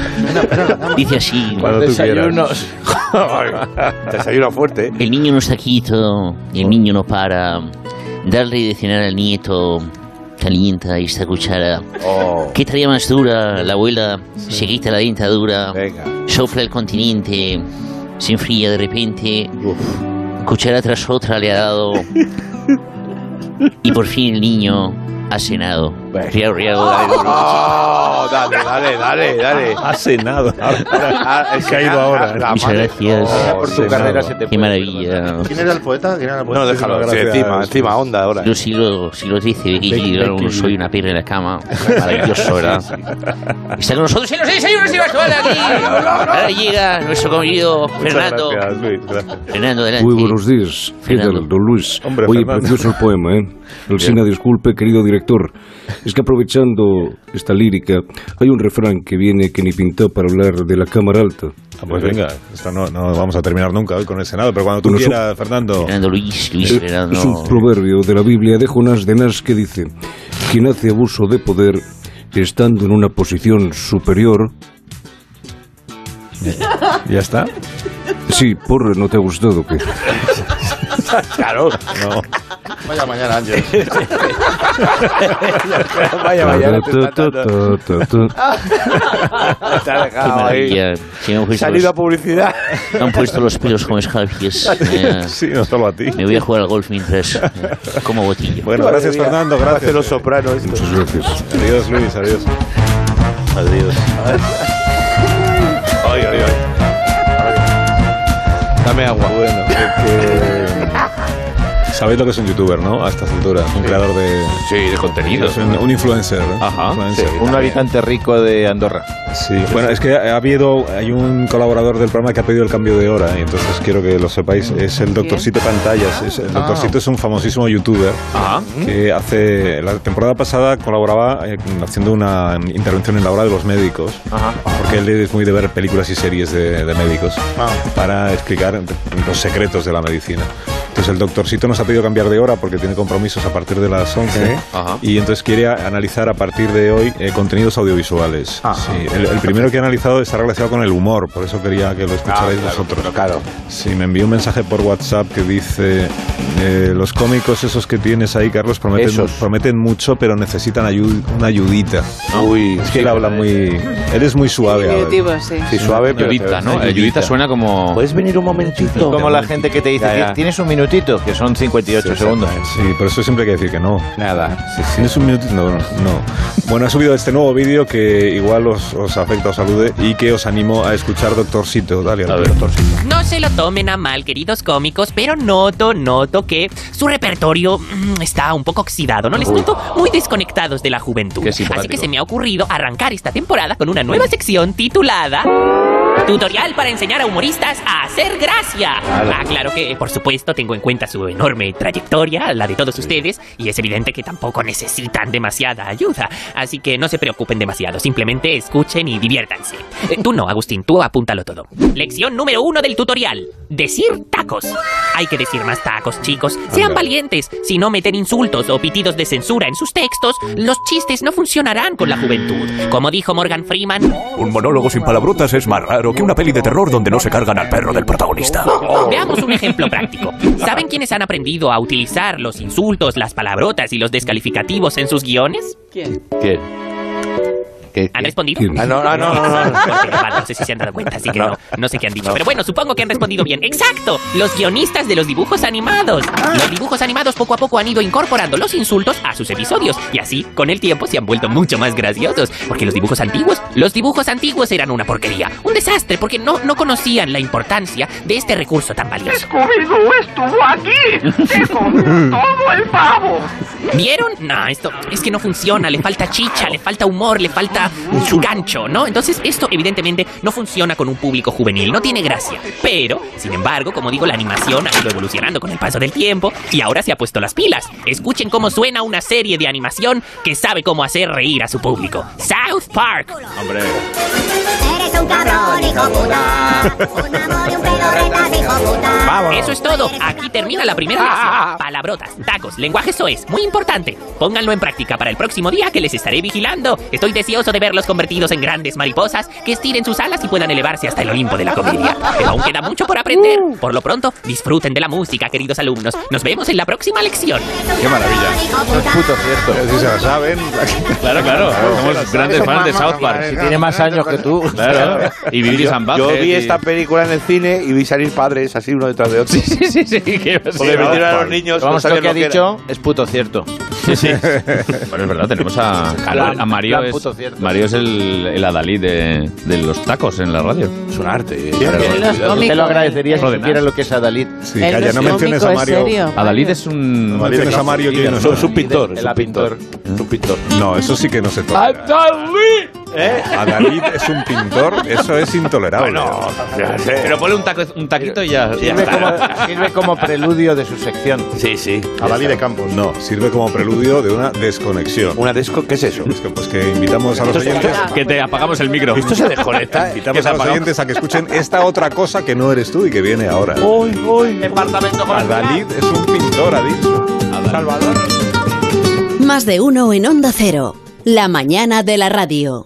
Speaker 4: Dice así.
Speaker 1: Cuando tú quieras.
Speaker 4: Desayuno fuerte. ¿eh? El niño no está quieto, el niño no para. Darle de cenar al nieto calienta esta cuchara. ¿Qué tarea más dura? La abuela se quita la dentadura, sopla el continente, se enfría de repente. Cuchara tras otra le ha dado. y por fin el niño ha cenado. Riau, riau, dale, duro.
Speaker 8: Oh, dale, dale, dale, dale.
Speaker 1: Ha cenado.
Speaker 8: Ha
Speaker 1: caído ahora.
Speaker 8: La
Speaker 4: Muchas
Speaker 8: madre.
Speaker 4: gracias.
Speaker 8: Oh, por tu carrera se te
Speaker 4: Qué maravilla.
Speaker 9: ¿Quién era el poeta? ¿Quién era el
Speaker 1: Pues,
Speaker 9: poeta?
Speaker 8: sí, encima, encima,
Speaker 4: onda ahora. Yo sí lo, sí lo dice, Vicky,
Speaker 8: Vicky,
Speaker 4: yo
Speaker 8: Vicky.
Speaker 4: soy una perra en la cama. Maravilloso, ¿verdad? Está con nosotros en los desayunos de Barcelona aquí. Ahora llega nuestro conocido Fernando. Fernando, adelante.
Speaker 14: Muy buenos días. ¿Qué
Speaker 4: Fernando.
Speaker 14: tal, don Luis?
Speaker 4: Hombre,
Speaker 14: Oye,
Speaker 4: Fernando.
Speaker 14: precioso el poema, ¿eh? El Sena, disculpe, querido director. Es que aprovechando esta lírica, hay un refrán que viene que ni pintó para hablar de la Cámara Alta.
Speaker 1: Ah, pues venga, esta no, no vamos a terminar nunca hoy con el Senado, pero cuando tú
Speaker 14: Bueno, su-
Speaker 1: quieras, Fernando.
Speaker 4: Fernando Luis,
Speaker 14: Eh, Es un proverbio de la Biblia de Jonás de Nas que dice: Quien hace abuso de poder estando en una posición superior.
Speaker 1: ¿Ya está?
Speaker 14: Sí, porre, ¿no te ha gustado? que
Speaker 8: Claro.
Speaker 1: No.
Speaker 9: Vaya mañana, Ángel.
Speaker 8: Vaya, vaya. te está
Speaker 14: Ta, ta,
Speaker 8: dando.
Speaker 14: ta, ta, ta.
Speaker 8: Te ha
Speaker 4: Qué
Speaker 8: dejado ahí.
Speaker 4: maravilla. Se me han puesto
Speaker 8: Salida
Speaker 4: los-
Speaker 8: publicidad.
Speaker 4: me han puesto los pelos como escalpies.
Speaker 1: Sí, no solo a ti.
Speaker 4: Me voy a jugar al golf mientras eh, como botillo.
Speaker 1: Bueno, gracias, Fernando. Gracias.
Speaker 8: Los sopranos.
Speaker 14: Muchas gracias.
Speaker 1: Adiós, Luis. Adiós. Adiós.
Speaker 8: Ay, ay, ay.
Speaker 1: Dame agua. Bueno, porque- Sabéis lo que es un youtuber, ¿no? A estas alturas. Un creador de.
Speaker 16: Sí, de contenido.
Speaker 1: Es un, un influencer. ¿no?
Speaker 6: Ajá,
Speaker 1: Influencer.
Speaker 6: sí, un habitante rico de Andorra.
Speaker 1: Sí, bueno, es que ha habido, hay un colaborador del programa que ha pedido el cambio de hora, y entonces quiero que lo sepáis, es el Doctorcito Pantallas. Es- el
Speaker 16: Ah.
Speaker 1: Doctorcito es un famosísimo youtuber que hace, la temporada pasada colaboraba eh, haciendo una intervención en la hora de los médicos, porque él es muy de ver películas y series de, de médicos, para explicar los secretos de la medicina. Entonces el doctorcito nos ha pedido cambiar de hora porque tiene compromisos a partir de las 11
Speaker 16: Sí. Ajá.
Speaker 1: y entonces quiere a- analizar a partir de hoy eh, contenidos audiovisuales. Sí, el, el primero que he analizado está relacionado con el humor, por eso quería que lo escucharais vosotros. Sí, me envió un mensaje por WhatsApp que dice, eh, los cómicos esos que tienes ahí, Carlos, prometen,
Speaker 16: Esos.
Speaker 1: prometen mucho, pero necesitan ayu- una ayudita. Uy, es que él habla muy... Eres muy suave. ahora.
Speaker 15: Intuitivo, sí.
Speaker 1: Sí, suave, pero...
Speaker 6: Ayudita, ¿no? Ayudita suena como...
Speaker 1: ¿Puedes
Speaker 6: venir un momentito? Como la gente que te dice,
Speaker 1: Ya, ya.
Speaker 6: "Ti- tienes un minutito, que son 58 segundos.
Speaker 1: Sí, por eso siempre hay que decir que no. Nada. ¿Tienes un minuto? No, no, no. Bueno, ha subido este nuevo vídeo que igual os, os afecta, os salude y que os animo a escuchar Doctorcito. Dale, a ver, Doctorcito.
Speaker 17: No se lo tomen a mal, queridos cómicos, pero noto, noto que su repertorio mm, está un poco oxidado, ¿no? Les
Speaker 10: Uy.
Speaker 17: noto muy desconectados de la juventud. Así que se me ha ocurrido arrancar esta temporada con una nueva sección titulada... Tutorial para enseñar a humoristas a hacer gracia. Ah, claro que, por supuesto, tengo en cuenta su enorme trayectoria, la de todos ustedes, y es evidente que tampoco necesitan demasiada ayuda. Así que no se preocupen demasiado, simplemente escuchen y diviértanse. Eh, tú no, Agustín, tú apúntalo todo. Lección número uno del tutorial: decir tacos. Hay que decir más tacos, chicos. Sean valientes. Si no meten insultos o pitidos de censura en sus textos, los chistes no funcionarán con la juventud. Como dijo Morgan Freeman,
Speaker 12: Un monólogo sin palabrotas es más raro que una peli de terror donde no se cargan al perro del protagonista.
Speaker 17: Veamos un ejemplo práctico. ¿Saben quiénes han aprendido a utilizar los insultos, las palabrotas y los descalificativos en sus guiones?
Speaker 15: ¿Quién?
Speaker 6: ¿Qué?
Speaker 17: ¿Han respondido?
Speaker 6: Ah, no, ah, no, no, no.
Speaker 17: Porque, vale, no sé si se han dado cuenta, así que no, no sé qué han dicho. Pero bueno, supongo que han respondido bien. ¡Exacto! Los guionistas de los dibujos animados. Los dibujos animados poco a poco han ido incorporando los insultos a sus episodios. Y así, con el tiempo, se han vuelto mucho más graciosos. Porque los dibujos antiguos, los dibujos antiguos eran una porquería. Un desastre, porque no, no conocían la importancia de este recurso tan valioso.
Speaker 18: Scooby-Doo estuvo aquí. Se comió todo el pavo.
Speaker 17: ¿Vieron? No, esto es que no funciona. Le falta chicha, le falta humor, le falta suelta su gancho, ¿no? Entonces esto evidentemente no funciona con un público juvenil, no tiene gracia. Pero, sin embargo, como digo, la animación ha ido evolucionando con el paso del tiempo y ahora se ha puesto las pilas. Escuchen cómo suena una serie de animación que sabe cómo hacer reír a su público. South Park.
Speaker 5: Hombre.
Speaker 19: Eres un cabrón, hijo puta.
Speaker 17: Eso es todo. Aquí termina la primera
Speaker 1: Ah.
Speaker 17: lección. Palabrotas, tacos, lenguaje soez. Muy importante. Pónganlo en práctica para el próximo día que les estaré vigilando. Estoy deseoso de verlos convertidos en grandes mariposas que estiren sus alas y puedan elevarse hasta el Olimpo de la comedia. Pero aún queda mucho por aprender.
Speaker 1: Uh.
Speaker 17: Por lo pronto, disfruten de la música, queridos alumnos. Nos vemos en la próxima lección.
Speaker 1: Qué maravilla.
Speaker 2: Es puto cierto.
Speaker 1: Si se la saben.
Speaker 5: Claro, claro. Somos grandes fans de South Park.
Speaker 2: Si tiene más años que tú.
Speaker 5: Claro. Y Billy
Speaker 8: Yo-
Speaker 5: San
Speaker 8: Yo
Speaker 5: Buffett
Speaker 8: vi
Speaker 5: y-
Speaker 8: esta película en el cine y vi salir padres así uno detrás de otro. Sí,
Speaker 2: sí, sí. sí que
Speaker 8: Porque metieron a los niños. pues
Speaker 2: Vamos,
Speaker 8: no
Speaker 2: lo que ha
Speaker 8: sabían lo
Speaker 2: dicho es puto cierto.
Speaker 5: Sí, sí. Bueno, es verdad, tenemos a,
Speaker 2: Plan-
Speaker 5: a Mario.
Speaker 2: plan
Speaker 5: Es,
Speaker 2: puto cierto.
Speaker 5: Mario es el, el Adalí de, de los tacos en la radio. Es un arte.
Speaker 2: Te lo agradecería si supieras lo que es Adalid.
Speaker 5: Sí, calla, no menciones a Mario. Adalid es un.
Speaker 1: Adalid es a Mario, que no es
Speaker 5: un pintor.
Speaker 1: es un pintor.
Speaker 8: Es un pintor.
Speaker 1: No, eso sí que no se toca.
Speaker 5: ¡Adalid!
Speaker 1: ¿Eh? A David es un pintor, eso es intolerable.
Speaker 5: Pero ponle un, taco- un taquito y ya. ya
Speaker 2: Sirve
Speaker 5: está.
Speaker 2: como, sirve como preludio de su sección.
Speaker 8: Sí, sí.
Speaker 1: Adalid de Campos. No, sirve como preludio de una desconexión.
Speaker 8: ¿Una desco? ¿Qué es eso?
Speaker 1: pues que invitamos a los oyentes.
Speaker 5: Que te apagamos el micro.
Speaker 1: Esto se desconecta. Invitamos a los oyentes a que escuchen esta otra cosa que no eres tú y que viene ahora.
Speaker 8: Hoy, hoy.
Speaker 2: Departamento
Speaker 1: Adalid es un pintor, ha dicho. Salvador.
Speaker 11: Más de uno en Onda Cero. La mañana de la radio.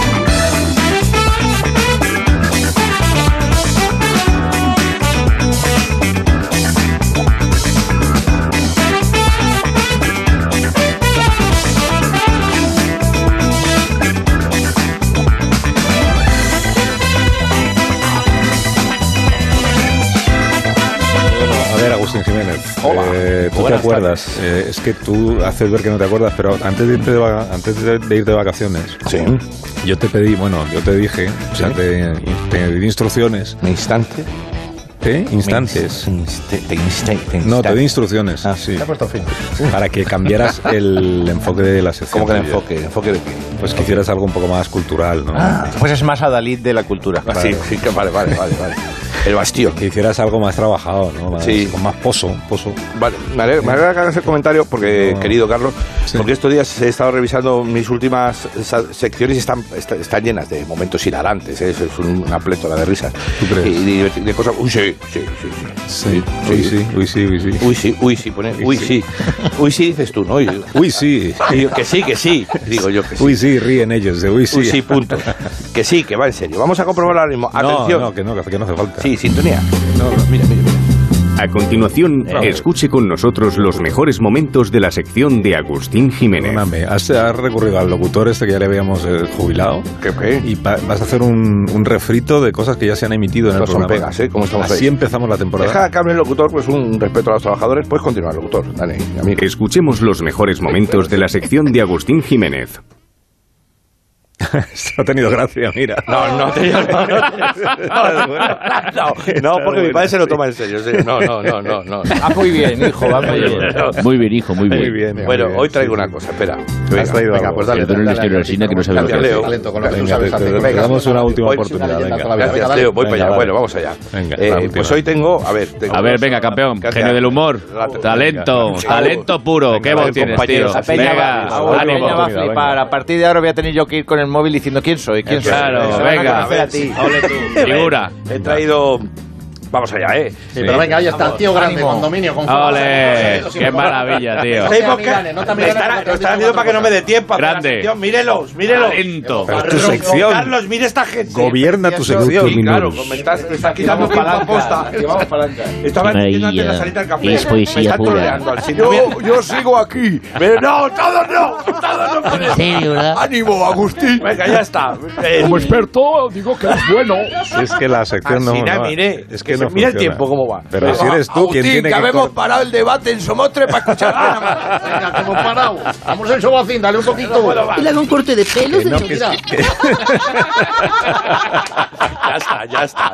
Speaker 1: A ver, Agustín Jiménez. eh, ¿Tú te
Speaker 8: Buenas
Speaker 1: acuerdas? Eh, es que tú haces ver que no te acuerdas, pero antes de irte de, vaca- antes de, de ir de vacaciones, yo te pedí, bueno, yo te dije, o sea, te, te di instrucciones.
Speaker 8: ¿Me instante?
Speaker 1: ¿Eh? Instantes. No, te di instrucciones. sí.
Speaker 8: Ah, Te ha puesto fin.
Speaker 1: Para que cambiaras el enfoque de la sección.
Speaker 8: ¿Cómo que el
Speaker 1: tuya.
Speaker 8: enfoque? ¿El enfoque de qué? Ah,
Speaker 1: Pues que hicieras algo un poco más cultural, ¿no?
Speaker 2: Pues es más Adalid de la cultura.
Speaker 1: Claro.
Speaker 8: Sí, sí, que vale, vale, vale, vale. El bastión.
Speaker 1: Que hicieras algo más trabajado, ¿no? Más-
Speaker 8: Sí.
Speaker 1: Con más pozo, pozo.
Speaker 8: Vale, me alegra, me alegra que hagas el comentario, porque, querido Carlos, porque estos días he estado revisando mis últimas sa- secciones y están, est- están llenas de momentos hilarantes, ¿eh? es es un- una plétora de risas. Y de, de cosas. Uy, sí, sí, sí.
Speaker 1: Sí, uy, sí, uy, sí, uy, sí.
Speaker 8: Uy, sí, uy, sí, pone, uy, sí. Uy, sí, dices tú, ¿no? Y yo-
Speaker 1: Uy, sí.
Speaker 8: y yo, que sí, que sí. Digo yo que sí.
Speaker 1: Uy, sí, ríen ellos de uy, sí.
Speaker 8: Uy, sí, punto. Que sí, que va en serio. Vamos a comprobar ahora mismo.
Speaker 1: No,
Speaker 8: Atención.
Speaker 1: no, que no, que no hace falta.
Speaker 8: Sí, sintonía.
Speaker 20: A continuación, escuche con nosotros los mejores momentos de la sección de Agustín Jiménez.
Speaker 1: Perdóname, has, has recurrido al locutor este que ya le habíamos eh, jubilado. Y pa- vas a hacer un, un refrito de cosas que ya se han emitido en el
Speaker 8: Estas son
Speaker 1: programa.
Speaker 8: pegas, ¿eh? ¿Cómo estamos
Speaker 1: Así
Speaker 8: ahí?
Speaker 1: empezamos la temporada.
Speaker 8: Deja que hable el locutor, pues un respeto a los trabajadores. Puedes continuar, locutor. Dale, amigo.
Speaker 20: Escuchemos los mejores momentos de la sección de Agustín Jiménez.
Speaker 1: ha tenido gracia, mira.
Speaker 8: No, no, tío, no, no, no, Ah, no, no, porque mi padre se lo toma en serio. sí. No, no, no, no, no.
Speaker 2: Va muy bien, hijo, va muy bien.
Speaker 5: Muy bien, hijo, muy bien.
Speaker 8: Bueno, hoy traigo una cosa, espera. Venga,
Speaker 1: traído
Speaker 8: venga
Speaker 1: algo.
Speaker 8: pues dale.
Speaker 5: Yo tengo un
Speaker 8: dale,
Speaker 5: misterio
Speaker 8: dale.
Speaker 5: del cine que no sabe lo que
Speaker 8: Gracias,
Speaker 5: hacer.
Speaker 8: Leo.
Speaker 5: Talento con lo que tú
Speaker 8: Venga,
Speaker 5: sabes
Speaker 8: te-
Speaker 5: hacer.
Speaker 8: te-
Speaker 5: Venga,
Speaker 8: te
Speaker 5: es una última
Speaker 8: Hoy-
Speaker 5: oportunidad, venga.
Speaker 8: Gracias, Leo. Voy
Speaker 5: Venga,
Speaker 8: para allá.
Speaker 5: vale.
Speaker 8: Bueno, vamos allá.
Speaker 5: Venga,
Speaker 8: Eh,
Speaker 5: la
Speaker 8: Pues
Speaker 5: última.
Speaker 8: hoy tengo, a ver, tengo
Speaker 5: A ver,
Speaker 8: dos-
Speaker 5: venga, campeón.
Speaker 8: Gracias.
Speaker 5: Genio del humor.
Speaker 8: La-
Speaker 5: Talento.
Speaker 8: venga.
Speaker 5: Talento puro.
Speaker 8: Venga,
Speaker 5: Qué voz
Speaker 8: venga,
Speaker 5: tienes,
Speaker 8: compañeros.
Speaker 5: tío.
Speaker 2: La peña,
Speaker 5: Venga,
Speaker 2: va, la peña va a
Speaker 5: ánimo.
Speaker 2: flipar. A partir de ahora voy a tener yo que ir con el móvil diciendo quién soy, quién soy.
Speaker 5: Claro,
Speaker 2: Se van a
Speaker 5: venga.
Speaker 2: conocer a ti.
Speaker 5: Figura.
Speaker 8: Ah, He traído... Vamos allá, ¿eh? Sí,
Speaker 21: Pero venga, ahí está el tío grande, con dominio, con
Speaker 5: Ole,
Speaker 21: fuerza.
Speaker 5: qué maravilla, tío.
Speaker 21: No te amiranes, no te amiranes,
Speaker 8: Estará-
Speaker 21: porque
Speaker 8: lo están haciendo para que no me dé tiempo. a hacer la
Speaker 5: Grande.
Speaker 8: sección. Mírelos, mírelos.
Speaker 5: Talento.
Speaker 1: Pero es tu sección.
Speaker 8: Carlos, mire esta gente.
Speaker 1: Gobierna tu sección.
Speaker 8: Sí, claro,
Speaker 1: Minuros.
Speaker 8: me estás, me estás quitando tiempo a posta. Estaba
Speaker 5: Ahí,
Speaker 8: diciendo antes de la
Speaker 5: eh,
Speaker 8: salita del café.
Speaker 5: es poesía
Speaker 8: me está
Speaker 5: pura.
Speaker 8: troleando al sitio. Yo, sigo aquí. Pero no, todos no. Todos no pueden.
Speaker 14: serio, ¿verdad?
Speaker 8: Ánimo, Agustín. Venga, ya está. Eh,
Speaker 14: Como experto, digo que es bueno.
Speaker 1: Es que la sección no,
Speaker 8: Así na,
Speaker 1: no-
Speaker 8: mire,
Speaker 1: es
Speaker 8: que
Speaker 1: que no
Speaker 6: Mira el
Speaker 1: funciona.
Speaker 6: tiempo cómo va.
Speaker 1: Pero si eres tú
Speaker 6: Agustín,
Speaker 1: quien tiene que
Speaker 6: habemos
Speaker 1: cor-
Speaker 6: parado el debate en Somotre para escuchar nada más.
Speaker 9: Ah, Venga, como parado. Vamos en sobacín, dale un poquito.
Speaker 6: Y le
Speaker 9: hago un corte de pelos
Speaker 6: Que no,
Speaker 9: de
Speaker 6: que-
Speaker 9: Ya está, ya está,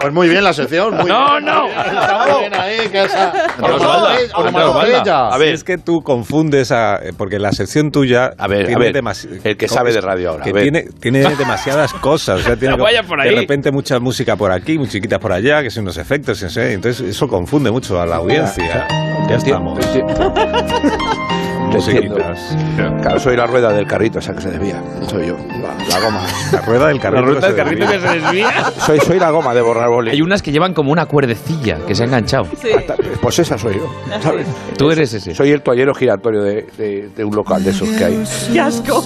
Speaker 9: Pues muy bien la sección. Muy
Speaker 4: No,
Speaker 9: bien,
Speaker 4: no.
Speaker 9: muy bien, Está muy bien ahí, que esa.
Speaker 8: Pues
Speaker 1: Onomatopeyas,
Speaker 9: Onomatopeyas.
Speaker 1: Si Es que tú confundes a. eh, Porque la sección tuya. A ver,
Speaker 8: a ver, el que sabe de radio ahora,
Speaker 1: Que
Speaker 8: a ver.
Speaker 1: tiene, tiene demasiadas cosas. O sea, tiene
Speaker 8: No vaya por ahí.
Speaker 1: De repente, mucha música por aquí, muy chiquitas por allá, que son unos efectos, y no sé. Entonces, eso confunde mucho a la audiencia. Ya estamos. Musiquitas.
Speaker 8: Claro, soy la rueda del carrito esa que se desvía. Soy yo, la, la goma.
Speaker 1: La rueda del
Speaker 5: carrito rueda que del se carrito desvía. que se desvía.
Speaker 8: Soy, soy la goma de borrar boli.
Speaker 5: Hay unas que llevan como una cuerdecilla que se ha enganchado.
Speaker 8: Pues esa soy yo. ¿sabes?
Speaker 5: Tú eres ese.
Speaker 8: Soy el toallero giratorio de, de- de un local de esos que hay. Ah,
Speaker 3: ¡Qué asco!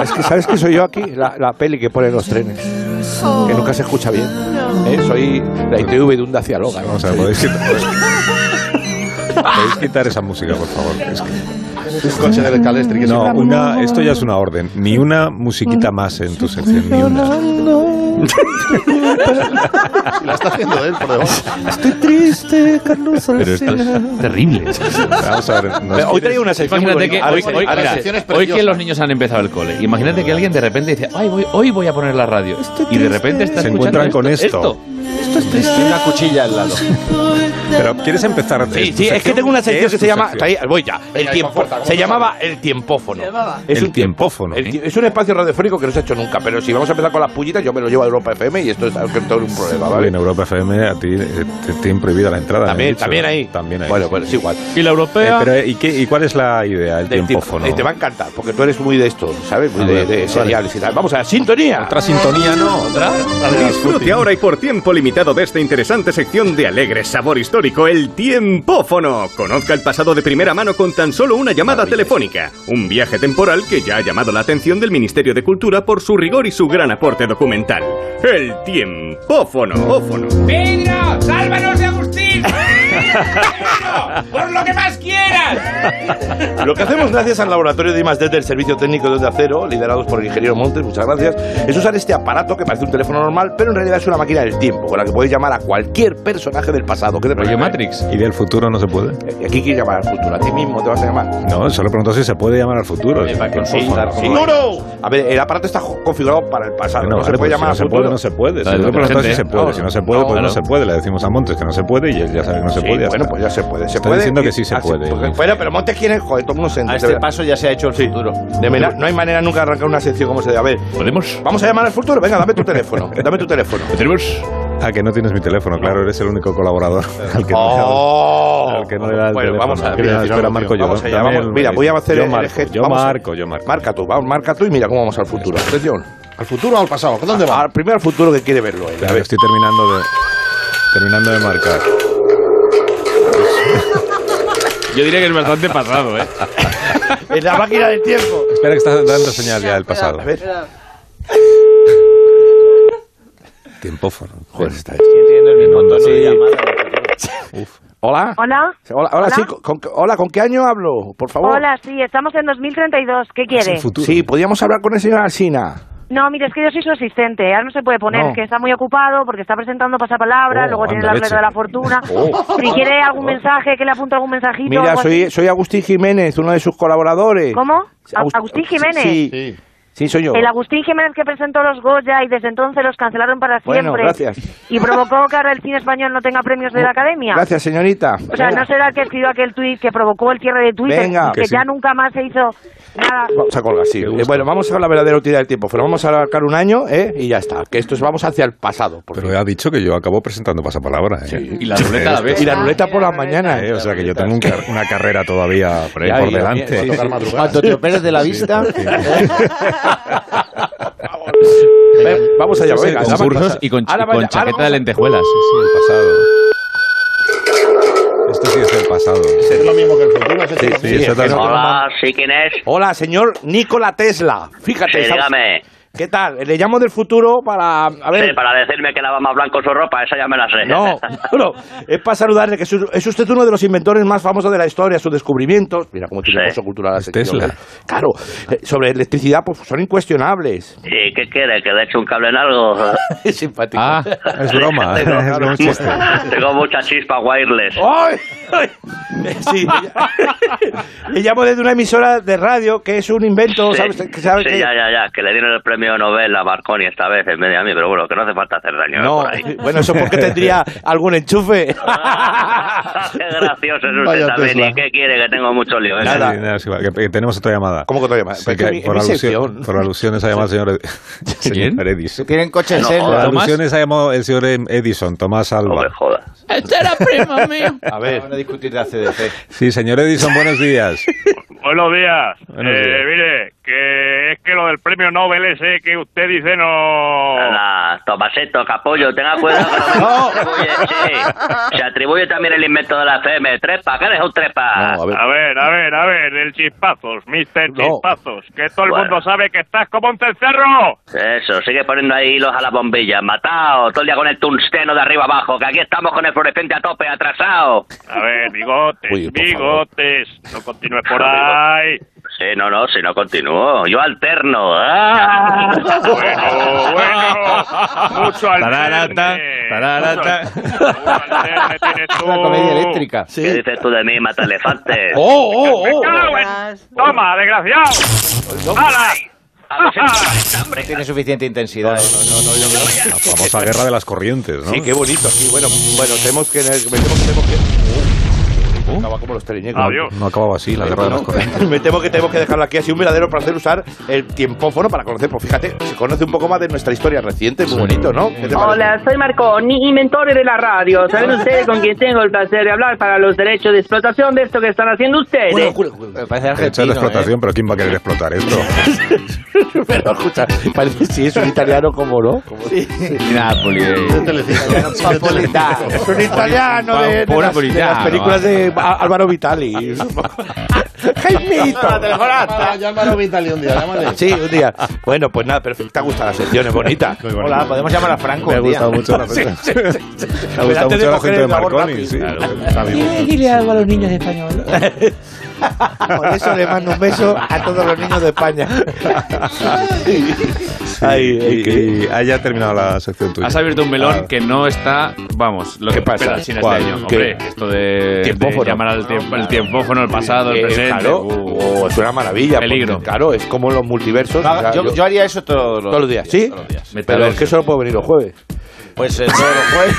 Speaker 8: Es que, ¿Sabes qué soy yo aquí? La, la peli que ponen los trenes. Que nunca se escucha bien. ¿Eh? Soy la ITV de un Dacialoga.
Speaker 1: Vamos a ver, podéis quitar, podéis quitar esa música, por favor. Es que...
Speaker 9: Un coche del Calestri que
Speaker 1: No,
Speaker 9: siempre-
Speaker 1: una, esto ya es una orden. Ni una musiquita más en tu sección, ni una.
Speaker 9: La está haciendo él por debajo.
Speaker 1: Estoy triste, Carlos
Speaker 9: Pero esto es
Speaker 1: terrible. Vamos a ver. nos-
Speaker 5: Hoy traigo una sección Imagínate
Speaker 1: muy
Speaker 5: que
Speaker 1: bonita.
Speaker 5: hoy,
Speaker 1: Ahora
Speaker 5: hoy-
Speaker 1: sí, ahora
Speaker 5: mira,
Speaker 1: sí.
Speaker 5: hoy que los niños han empezado el cole. Imagínate que alguien de repente dice, ay, voy, hoy voy a poner la radio. Y de repente están
Speaker 1: Se encuentran con esto.
Speaker 5: Esto es una cuchilla al lado.
Speaker 1: Pero ¿quieres empezar?
Speaker 5: Sí,
Speaker 1: tu
Speaker 5: sí,
Speaker 1: sección?
Speaker 5: es que tengo una sección
Speaker 1: ¿Qué
Speaker 5: que
Speaker 1: es tu
Speaker 5: se llama-
Speaker 1: sección?
Speaker 5: Ahí, voy ya.
Speaker 8: El tiempo. Se llamaba el tiempófono.
Speaker 1: Es el tiempófono.
Speaker 8: El ti- ¿eh? es un espacio radiofónico que no se ha hecho nunca, pero si vamos a empezar con las pullitas, yo me lo llevo a Europa FM y esto es algo que todo es un problema,
Speaker 1: Vale,
Speaker 8: ¿vale?
Speaker 1: en Europa FM a ti eh, te tienen prohibida la entrada. me
Speaker 8: También-
Speaker 1: han dicho,
Speaker 8: también
Speaker 1: ¿no?
Speaker 8: ahí.
Speaker 1: También ahí.
Speaker 8: Bueno, bueno, es igual.
Speaker 1: ¿Y la europea? ¿y, qué, ¿Y cuál es la idea? El
Speaker 8: Del
Speaker 1: tiempófono.
Speaker 8: tipo- eh, te va a encantar, porque tú eres muy de esto, ¿sabes? Muy
Speaker 1: A
Speaker 8: de,
Speaker 1: ver,
Speaker 8: de
Speaker 1: vale.
Speaker 8: seriales y tal. Vamos a la sintonía.
Speaker 1: Otra sintonía, no. Otra.
Speaker 20: Disfrute ahora y por tiempo limitado de esta interesante sección de alegre sabor histórico, el tiempófono. Conozca el pasado de primera mano con tan solo una llamada telefónica. Un viaje temporal que ya ha llamado la atención del Ministerio de Cultura por su rigor y su gran aporte documental. El tiempófono. Ófono.
Speaker 4: ¡Pedro! ¡Sálvanos de Agustín! ¡Pedro! ¡Por lo que más quieras!
Speaker 8: Lo que hacemos gracias al laboratorio de I+.D. del Servicio Técnico de Onda Cero, liderados por el ingeniero Montes, muchas gracias, es usar este aparato que parece un teléfono normal, pero en realidad es una máquina del tiempo, con la que podéis llamar a cualquier personaje del pasado. ¿Qué te parece?
Speaker 1: Matrix. ¿Y del futuro no se puede?
Speaker 8: Eh, Aquí quieres llamar al futuro, a ti mismo te vas a llamar.
Speaker 1: No, solo pregunto si se puede llamar al futuro.
Speaker 8: Eh, para
Speaker 1: Por
Speaker 8: consultar.
Speaker 1: favor.
Speaker 8: Sí. A ver, el aparato está jo- configurado para el pasado.
Speaker 1: Bueno,
Speaker 8: no se puede
Speaker 1: vale, pues si
Speaker 8: llamar
Speaker 1: no se
Speaker 8: al futuro.
Speaker 1: puede, no se puede. Si yo pregunto si se
Speaker 2: ¿eh?
Speaker 1: puede, si no se puede, pues no se puede. Le decimos a Montes que no se puede y él ya sabe que no se
Speaker 8: Sí,
Speaker 1: puede.
Speaker 8: bueno, pues ya se puede. Se puede
Speaker 1: diciendo
Speaker 8: y-
Speaker 1: que sí se
Speaker 8: así-
Speaker 1: puede.
Speaker 8: porque- Bueno, pero Montes quiere, joder, todo el mundo se
Speaker 2: A este paso ya se ha hecho el futuro.
Speaker 8: De verdad, no hay manera nunca de arrancar una sección como se debe. A ver,
Speaker 5: ¿podemos?
Speaker 8: Vamos a llamar al futuro. Venga, dame tu teléfono. Dame tu teléfono.
Speaker 5: ¿Tenemos?
Speaker 1: Ah, que no tienes mi teléfono, claro, eres el único colaborador al que no le da-
Speaker 8: Oh.
Speaker 1: al que no le da el
Speaker 8: Bueno,
Speaker 1: teléfono.
Speaker 8: vamos a
Speaker 1: Que le da-
Speaker 8: mira,
Speaker 1: espera, Marco, yo.
Speaker 8: vamos allá,
Speaker 1: dame
Speaker 8: ¿eh? vamos.
Speaker 1: el-
Speaker 8: Mira, voy a hacer
Speaker 1: yo
Speaker 8: el
Speaker 1: marco,
Speaker 8: gesto.
Speaker 1: Yo
Speaker 8: Vamos a-
Speaker 1: marco, yo marco.
Speaker 8: Marca tú, vamos, marca tú y mira cómo vamos al futuro. Atención.
Speaker 9: ¿Al futuro o al pasado? ¿Dónde va?
Speaker 8: Al primer futuro que quiere verlo él.
Speaker 1: Claro, estoy terminando de terminando de marcar.
Speaker 5: Yo diría que es bastante pasado, ¿eh?
Speaker 8: En la máquina del tiempo.
Speaker 1: Espera que estás dando señal ya del pasado. Tiempófono.
Speaker 8: Joder, está Hola.
Speaker 15: Hola.
Speaker 8: Hola, hola, sí, con, con- hola, ¿con qué año hablo? Por favor.
Speaker 15: Hola, sí, estamos en 2032. ¿Qué quiere?
Speaker 8: Sí, podríamos hablar con el señor Alsina.
Speaker 15: No, mire, es que yo soy su asistente. Ahora no se puede poner,
Speaker 8: No.
Speaker 15: es que está muy ocupado porque está presentando pasapalabra,
Speaker 8: Oh,
Speaker 15: luego tiene
Speaker 8: anda,
Speaker 15: la rueda
Speaker 8: leche.
Speaker 15: de la fortuna.
Speaker 8: Oh.
Speaker 15: Si quiere algún
Speaker 8: Oh.
Speaker 15: mensaje, que le apunto algún mensajito.
Speaker 8: Mira,
Speaker 15: algo
Speaker 8: soy,
Speaker 15: así.
Speaker 8: soy Agustín Jiménez, uno de sus colaboradores.
Speaker 15: ¿Cómo? A-
Speaker 8: Agus-
Speaker 15: Agustín Jiménez.
Speaker 8: Sí, sí, soy yo.
Speaker 15: El Agustín Jiménez que presentó los Goya y desde entonces los cancelaron para
Speaker 8: Bueno,
Speaker 15: siempre.
Speaker 8: gracias.
Speaker 15: Y provocó que ahora el cine español no tenga premios de la academia.
Speaker 8: Gracias, señorita.
Speaker 15: O sea,
Speaker 8: Venga.
Speaker 15: no será el que escribió aquel tuit que provocó el cierre de Twitter,
Speaker 8: Venga.
Speaker 15: que,
Speaker 8: Que sí.
Speaker 15: ya nunca más se hizo nada.
Speaker 8: Vamos a colgar, sí. Eh, bueno, vamos a la verdadera utilidad del tiempo. Pero vamos a abarcar un año ¿eh? y ya está. Que esto es, vamos hacia el pasado. por
Speaker 1: Pero ha dicho que yo acabo presentando pasapalabra, ¿eh?
Speaker 8: Y la ruleta a la vez. Y la ruleta por la mañana.
Speaker 1: Eh, O sea que yo tengo un car- una carrera todavía por, ahí
Speaker 2: Ya,
Speaker 1: por
Speaker 2: ya,
Speaker 5: eh,
Speaker 1: delante.
Speaker 2: ya, sí, sí. Cuando te operes de la vista.
Speaker 8: Ven, vamos allá,
Speaker 5: Yo sé,
Speaker 8: venga.
Speaker 5: con
Speaker 8: dame-
Speaker 5: cursos y con,
Speaker 8: Ahora
Speaker 5: y con
Speaker 8: vaya-
Speaker 5: chaqueta
Speaker 8: ahora
Speaker 5: de
Speaker 8: vamos a-
Speaker 5: lentejuelas.
Speaker 1: Esto sí es el pasado.
Speaker 9: Es lo mismo que el futuro. es
Speaker 8: Sí,
Speaker 9: el
Speaker 8: sí,
Speaker 9: mismo.
Speaker 8: eso también.
Speaker 16: Hola, ¿sí quién es?
Speaker 8: Hola, señor Nikola Tesla. Fíjate.
Speaker 16: Sí,
Speaker 8: estamos-
Speaker 16: dígame.
Speaker 8: ¿Qué tal? Le llamo del futuro para... A ver...
Speaker 16: Sí, para decirme que daba más blanco su ropa, esa ya me la sé.
Speaker 8: No, no, es para saludarle, que es, es usted uno de los inventores más famosos de la historia, sus descubrimientos, mira cómo tiene
Speaker 16: Sí.
Speaker 8: curso cultural la sección,
Speaker 16: Tesla.
Speaker 8: ¿eh? Claro, eh, sobre electricidad pues son incuestionables.
Speaker 16: ¿Y qué quiere? ¿Que le eche un cable en algo?
Speaker 8: Es simpático.
Speaker 16: Ah,
Speaker 8: es broma, ¿eh?
Speaker 16: tengo,
Speaker 8: es broma, es chiste.
Speaker 16: tengo mucha chispa wireless.
Speaker 8: ¡Ay! ay! Eh, Sí, le ll- le llamo desde una emisora de radio que es un invento,
Speaker 16: Sí,
Speaker 8: ¿sabes? Que sabe
Speaker 16: sí,
Speaker 8: que-
Speaker 16: ya, ya, ya, que le dieron el premio Nobel a Marconi esta vez en vez de a mí, pero bueno, que no hace falta hacer daño. ¿eh?
Speaker 8: No,
Speaker 16: por ahí.
Speaker 8: bueno, eso porque tendría algún enchufe.
Speaker 16: Qué gracioso es usted
Speaker 1: Vaya
Speaker 16: también,
Speaker 1: Tesla.
Speaker 16: ¿y qué quiere? Que tengo mucho lío. ¿eh?
Speaker 1: Sí, nada, sí, va, que- que tenemos otra llamada.
Speaker 8: ¿Cómo que otra llamada?
Speaker 1: Sí,
Speaker 8: Pero
Speaker 1: que
Speaker 8: es mi-
Speaker 1: por,
Speaker 8: es mi
Speaker 1: alusión,
Speaker 8: sección.
Speaker 1: por alusiones ha llamado el señor, Ed- señor Edison.
Speaker 6: Tienen coches
Speaker 1: No,
Speaker 6: Tesla.
Speaker 1: por
Speaker 6: Tomás.
Speaker 1: alusiones ha llamado el señor Em- Edison, Tomás Alba.
Speaker 6: Este era primo mío.
Speaker 8: A ver.
Speaker 6: Van a discutir de ACDC.
Speaker 1: Sí, señor Edison, buenos días.
Speaker 7: Buenos días.
Speaker 1: Buenos
Speaker 7: Eh,
Speaker 1: días.
Speaker 7: Mire, que es que lo del premio Nobel ese que usted dice no...
Speaker 16: Anda, Tomasito, capullo, tenga cuidado. Que no. me atribuye, sí. Se atribuye también el invento de la FM. Trepa, ¿qué eres un trepa?
Speaker 7: Ah, A ver, a ver, a ver, el chispazos, mister chispazos, que todo el
Speaker 16: Bueno.
Speaker 7: mundo sabe que estás como un cencerro.
Speaker 16: Eso, sigue poniendo ahí hilos a las bombillas. Matado, todo el día con el tungsteno de arriba abajo, que aquí estamos con el fluorescente a tope, atrasado.
Speaker 7: A ver, bigotes,
Speaker 16: Uy, por favor.
Speaker 7: bigotes, no continúes por ahí.
Speaker 16: Sí, no, no, si no continúo. Yo alterno. ¡Ah!
Speaker 7: Bueno, bueno, mucho alterne. Mucho alterne tienes tú.
Speaker 16: ¿Qué dices tú de mí, mata elefantes?
Speaker 7: Me cago en- eh. Toma, desgraciado. ¡Hala!
Speaker 6: No tiene suficiente intensidad. ¿eh?
Speaker 1: La famosa guerra de las corrientes, ¿no?
Speaker 22: Sí, qué bonito. Sí, bueno, bueno, tenemos que... Metemos, tenemos que... Uh, Acaba como los teleñecos.
Speaker 1: No, no acababa así, la guerra de las corrientes.
Speaker 8: pues Me temo que tenemos que dejarlo aquí. Ha sido un verdadero placer usar el tiempófono para conocer. Pues fíjate, se conoce un poco más de nuestra historia reciente. Muy bonito, ¿no? ¿Qué te parece?
Speaker 23: Hola, soy Marconi, inventor de la radio. ¿Saben ustedes con quién tengo el placer de hablar para los derechos de explotación de esto que están haciendo ustedes?
Speaker 6: Parece
Speaker 1: Hecho de
Speaker 6: argentino, ¿eh?
Speaker 1: explotación, pero ¿quién va a querer explotar esto?
Speaker 8: Pero escucha, parece si es un italiano como no. Sí.
Speaker 6: Napoli.
Speaker 8: Es un italiano de, de las, de las películas de Á- Álvaro Vitali. Jaimito.
Speaker 9: Álvaro Vitali un día, llámale.
Speaker 8: Sí, un día. Bueno, pues nada, pero te ha gustado la sección, es bonita.
Speaker 6: Hola, podemos llamar a Franco.
Speaker 8: Me ha
Speaker 6: un día?
Speaker 8: gustado mucho la sección.
Speaker 6: Sí, sí, sí.
Speaker 8: Me ha gustado
Speaker 1: mucho la gente de
Speaker 8: Marconi.
Speaker 1: Marconi, sí. Está bien.
Speaker 13: Dile algo a los niños españoles.
Speaker 8: Por eso le mando un beso a todos los niños de España.
Speaker 1: Ay, y que haya terminado la sección tuya.
Speaker 24: Has abierto un melón que no está, vamos, lo que
Speaker 1: pasa?
Speaker 24: pasa sin este
Speaker 1: ¿Cuál?
Speaker 24: año.
Speaker 1: ¿Qué?
Speaker 24: Hombre, esto de,
Speaker 1: Tiempófono.
Speaker 24: de llamar al tiempo, el tiempófono, el pasado, el
Speaker 8: Eh,
Speaker 24: presente. uh,
Speaker 8: claro, oh, es una maravilla.
Speaker 24: Peligro.
Speaker 8: porque, Claro, es como los multiversos.
Speaker 24: No,
Speaker 8: Ya,
Speaker 24: yo-
Speaker 6: Yo haría eso todos los,
Speaker 8: todos los días, ¿sí?
Speaker 6: todos los días.
Speaker 8: Pero es que solo puedo venir los jueves.
Speaker 6: Pues eh, todos los jueves.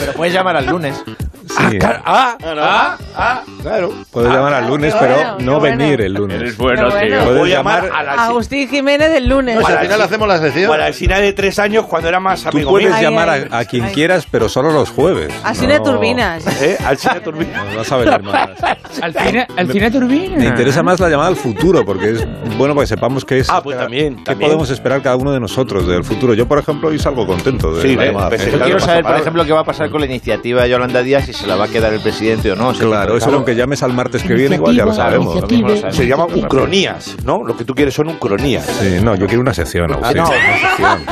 Speaker 6: Pero puedes llamar al lunes.
Speaker 1: Sí,
Speaker 8: Ah, ah, ah, claro.
Speaker 1: Puedo llamar
Speaker 6: ah,
Speaker 1: al lunes,
Speaker 3: qué
Speaker 1: pero
Speaker 3: bueno,
Speaker 1: no
Speaker 3: qué bueno.
Speaker 1: venir el lunes.
Speaker 24: Eres
Speaker 3: bueno, Qué tío. bueno.
Speaker 1: Puedes
Speaker 8: Voy a
Speaker 1: llamar
Speaker 8: llamar a la
Speaker 3: Agustín Jiménez del lunes.
Speaker 8: Para el-
Speaker 25: la sección.
Speaker 8: Para el final de tres años, cuando era más
Speaker 1: Tú
Speaker 8: amigo
Speaker 1: puedes
Speaker 8: mío.
Speaker 1: llamar a, a quien quieras, pero solo los jueves.
Speaker 3: Así de turbinas.
Speaker 8: ¿Eh? Al cine turbina.
Speaker 1: No vas a venir más.
Speaker 13: Al cine,
Speaker 1: al cine
Speaker 13: turbina.
Speaker 1: Me interesa más la llamada al futuro, porque es bueno para que sepamos qué es.
Speaker 8: Ah, pues también.
Speaker 1: ¿Qué
Speaker 8: también.
Speaker 1: podemos esperar cada uno de nosotros del futuro? Yo, por ejemplo, hoy salgo contento de
Speaker 6: Sí,
Speaker 1: la
Speaker 6: eh,
Speaker 1: llamada.
Speaker 6: pues, yo quiero saber, por ejemplo, qué va a pasar con la iniciativa de Yolanda Díaz, si se la va a quedar el presidente o no.
Speaker 1: Claro, eso aunque llames al martes que viene, igual ya lo sabemos.
Speaker 8: Se llama ucronías, ¿no? Lo que tú quieres son ucronías. Ah,
Speaker 1: Sí, no, yo quiero una sección, Agustín.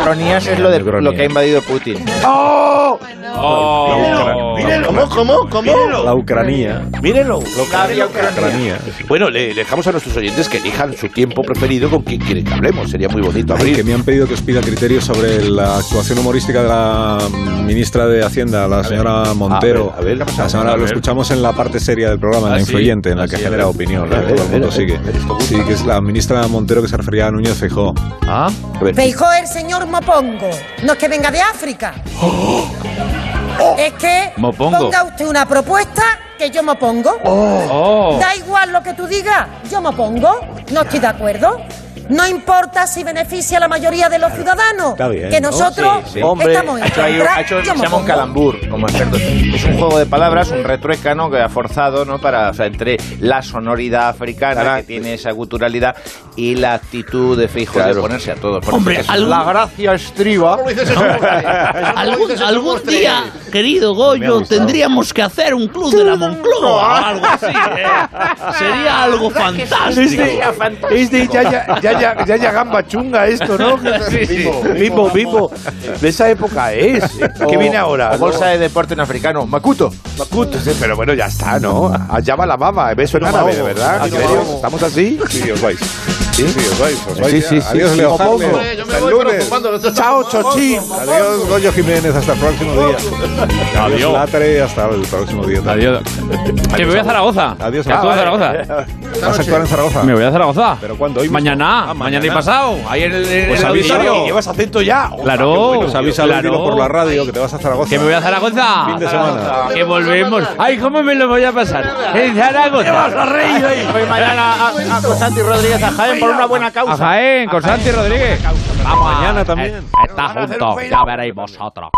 Speaker 6: Cronías es lo, de, lo que ha invadido Putin.
Speaker 8: ¡Oh!
Speaker 1: Oh,
Speaker 8: Mírenlo,
Speaker 1: la Ucrania.
Speaker 8: ¿cómo? ¿Cómo?
Speaker 1: La Ucrania.
Speaker 8: Mírenlo. Bueno, le dejamos a nuestros oyentes que elijan su tiempo preferido con quien quieren que hablemos. Sería muy bonito
Speaker 1: Ay,
Speaker 8: abrir.
Speaker 1: que me han pedido que os pida criterios sobre la actuación humorística de la ministra de Hacienda, la señora Montero.
Speaker 8: a ver, a ver, ¿qué ha pasado?
Speaker 1: La señora-
Speaker 8: A
Speaker 1: lo
Speaker 8: ver.
Speaker 1: escuchamos en la parte seria del programa, en
Speaker 8: Ah,
Speaker 1: la
Speaker 8: sí,
Speaker 1: influyente, en
Speaker 8: ah,
Speaker 1: la que
Speaker 8: sí, a
Speaker 1: genera
Speaker 8: ver.
Speaker 1: opinión.
Speaker 8: A
Speaker 1: la que
Speaker 8: ver,
Speaker 1: todo el mundo
Speaker 8: a ver,
Speaker 1: sigue. Sí, que es la ministra Montero que se refería a Núñez Feijó. Ah,
Speaker 10: Feijó el señor Mopongo. No es que venga de África. Es que
Speaker 1: Mopongo.
Speaker 10: ponga usted una propuesta que yo me opongo.
Speaker 15: Oh.
Speaker 10: Da igual lo que tú digas, yo me opongo. No estoy de acuerdo. No importa si beneficia a la mayoría de los ciudadanos.
Speaker 6: Está bien.
Speaker 10: Que nosotros
Speaker 6: Sí, sí. Hombre,
Speaker 10: estamos
Speaker 6: ha
Speaker 10: en
Speaker 6: hecho, ahí-
Speaker 10: contra.
Speaker 6: ha hecho-
Speaker 10: yo
Speaker 6: se
Speaker 10: me
Speaker 6: llama un
Speaker 10: opongo.
Speaker 6: calambur, como experto. Es un juego de palabras, un retrueca, ¿no? Que ha forzado, ¿no? Para, o sea, entre la sonoridad africana, que tiene esa guturalidad, y la actitud de Feijóo de ponerse a todos. Porque
Speaker 13: Hombre,
Speaker 6: eso es
Speaker 13: algún-
Speaker 6: la gracia estriba.
Speaker 13: Algún, algún día querido
Speaker 1: Me ha
Speaker 13: Goyo,
Speaker 1: gustado.
Speaker 13: tendríamos que hacer un club de la Moncloa o algo así. ¿eh? Sería
Speaker 26: Ah,
Speaker 13: algo fantástico.
Speaker 26: Sería fantástico.
Speaker 8: Es de Yaya, Yaya, Yaya Gamba Chunga esto, ¿no?
Speaker 26: Sí, sí.
Speaker 8: Bimbo, Bimbo. De esa época es. ¿Qué
Speaker 26: O-
Speaker 8: viene ahora?
Speaker 26: o bolsa
Speaker 8: de deporte en africano. Makuto. Makuto, sí, pero bueno, ya está, ¿no? Allá va la baba. ¿eh? Beso en
Speaker 27: No me
Speaker 8: árabe, de
Speaker 27: ahogo,
Speaker 8: verdad.
Speaker 27: no
Speaker 8: ¿En
Speaker 27: me
Speaker 8: serio?
Speaker 27: ahogo.
Speaker 8: ¿Estamos así?
Speaker 1: Sí, os vais.
Speaker 8: Sí,
Speaker 1: sí, os vais. Os vais
Speaker 8: Sí,
Speaker 1: ya.
Speaker 8: sí, sí.
Speaker 1: Adiós,
Speaker 8: sí.
Speaker 1: Leo
Speaker 8: Opoco.
Speaker 1: Harlem.
Speaker 9: eh,
Speaker 1: Hasta el lunes.
Speaker 8: Chao, Chochín.
Speaker 1: Adiós, Goyo Jiménez. Hasta el próximo día.
Speaker 4: Oh.
Speaker 1: Adiós, Latre. Hasta el próximo día. Adiós.
Speaker 4: Que me voy a Zaragoza.
Speaker 1: Adiós,
Speaker 4: Que actúo en
Speaker 1: Ah, vale.
Speaker 4: Zaragoza.
Speaker 1: ¿Vas a actuar en Zaragoza?
Speaker 4: Me voy a Zaragoza.
Speaker 1: ¿Pero cuándo? ¿Hoy mismo?
Speaker 4: Mañana, mañana y
Speaker 1: Ah, mañana.
Speaker 4: pasado. Ahí en el, en
Speaker 1: Pues
Speaker 4: el
Speaker 1: avísalo.
Speaker 4: auditorio.
Speaker 1: Llevas
Speaker 8: acento ya.
Speaker 4: Claro.
Speaker 1: Pues avisa al
Speaker 4: claro.
Speaker 1: Dilo por la radio que te vas a Zaragoza.
Speaker 4: Que me voy a Zaragoza.
Speaker 1: Fin de semana.
Speaker 4: Que volvemos. Ay, ¿cómo me lo voy a pasar? En Zaragoza.
Speaker 6: Voy mañana a, a Constanti Rodríguez a Jaén por una buena causa.
Speaker 4: A Jaén, con Santi Rodríguez. Vamos, mañana también. Está
Speaker 6: hacer
Speaker 4: junto.
Speaker 6: un
Speaker 4: Ya veréis vosotros.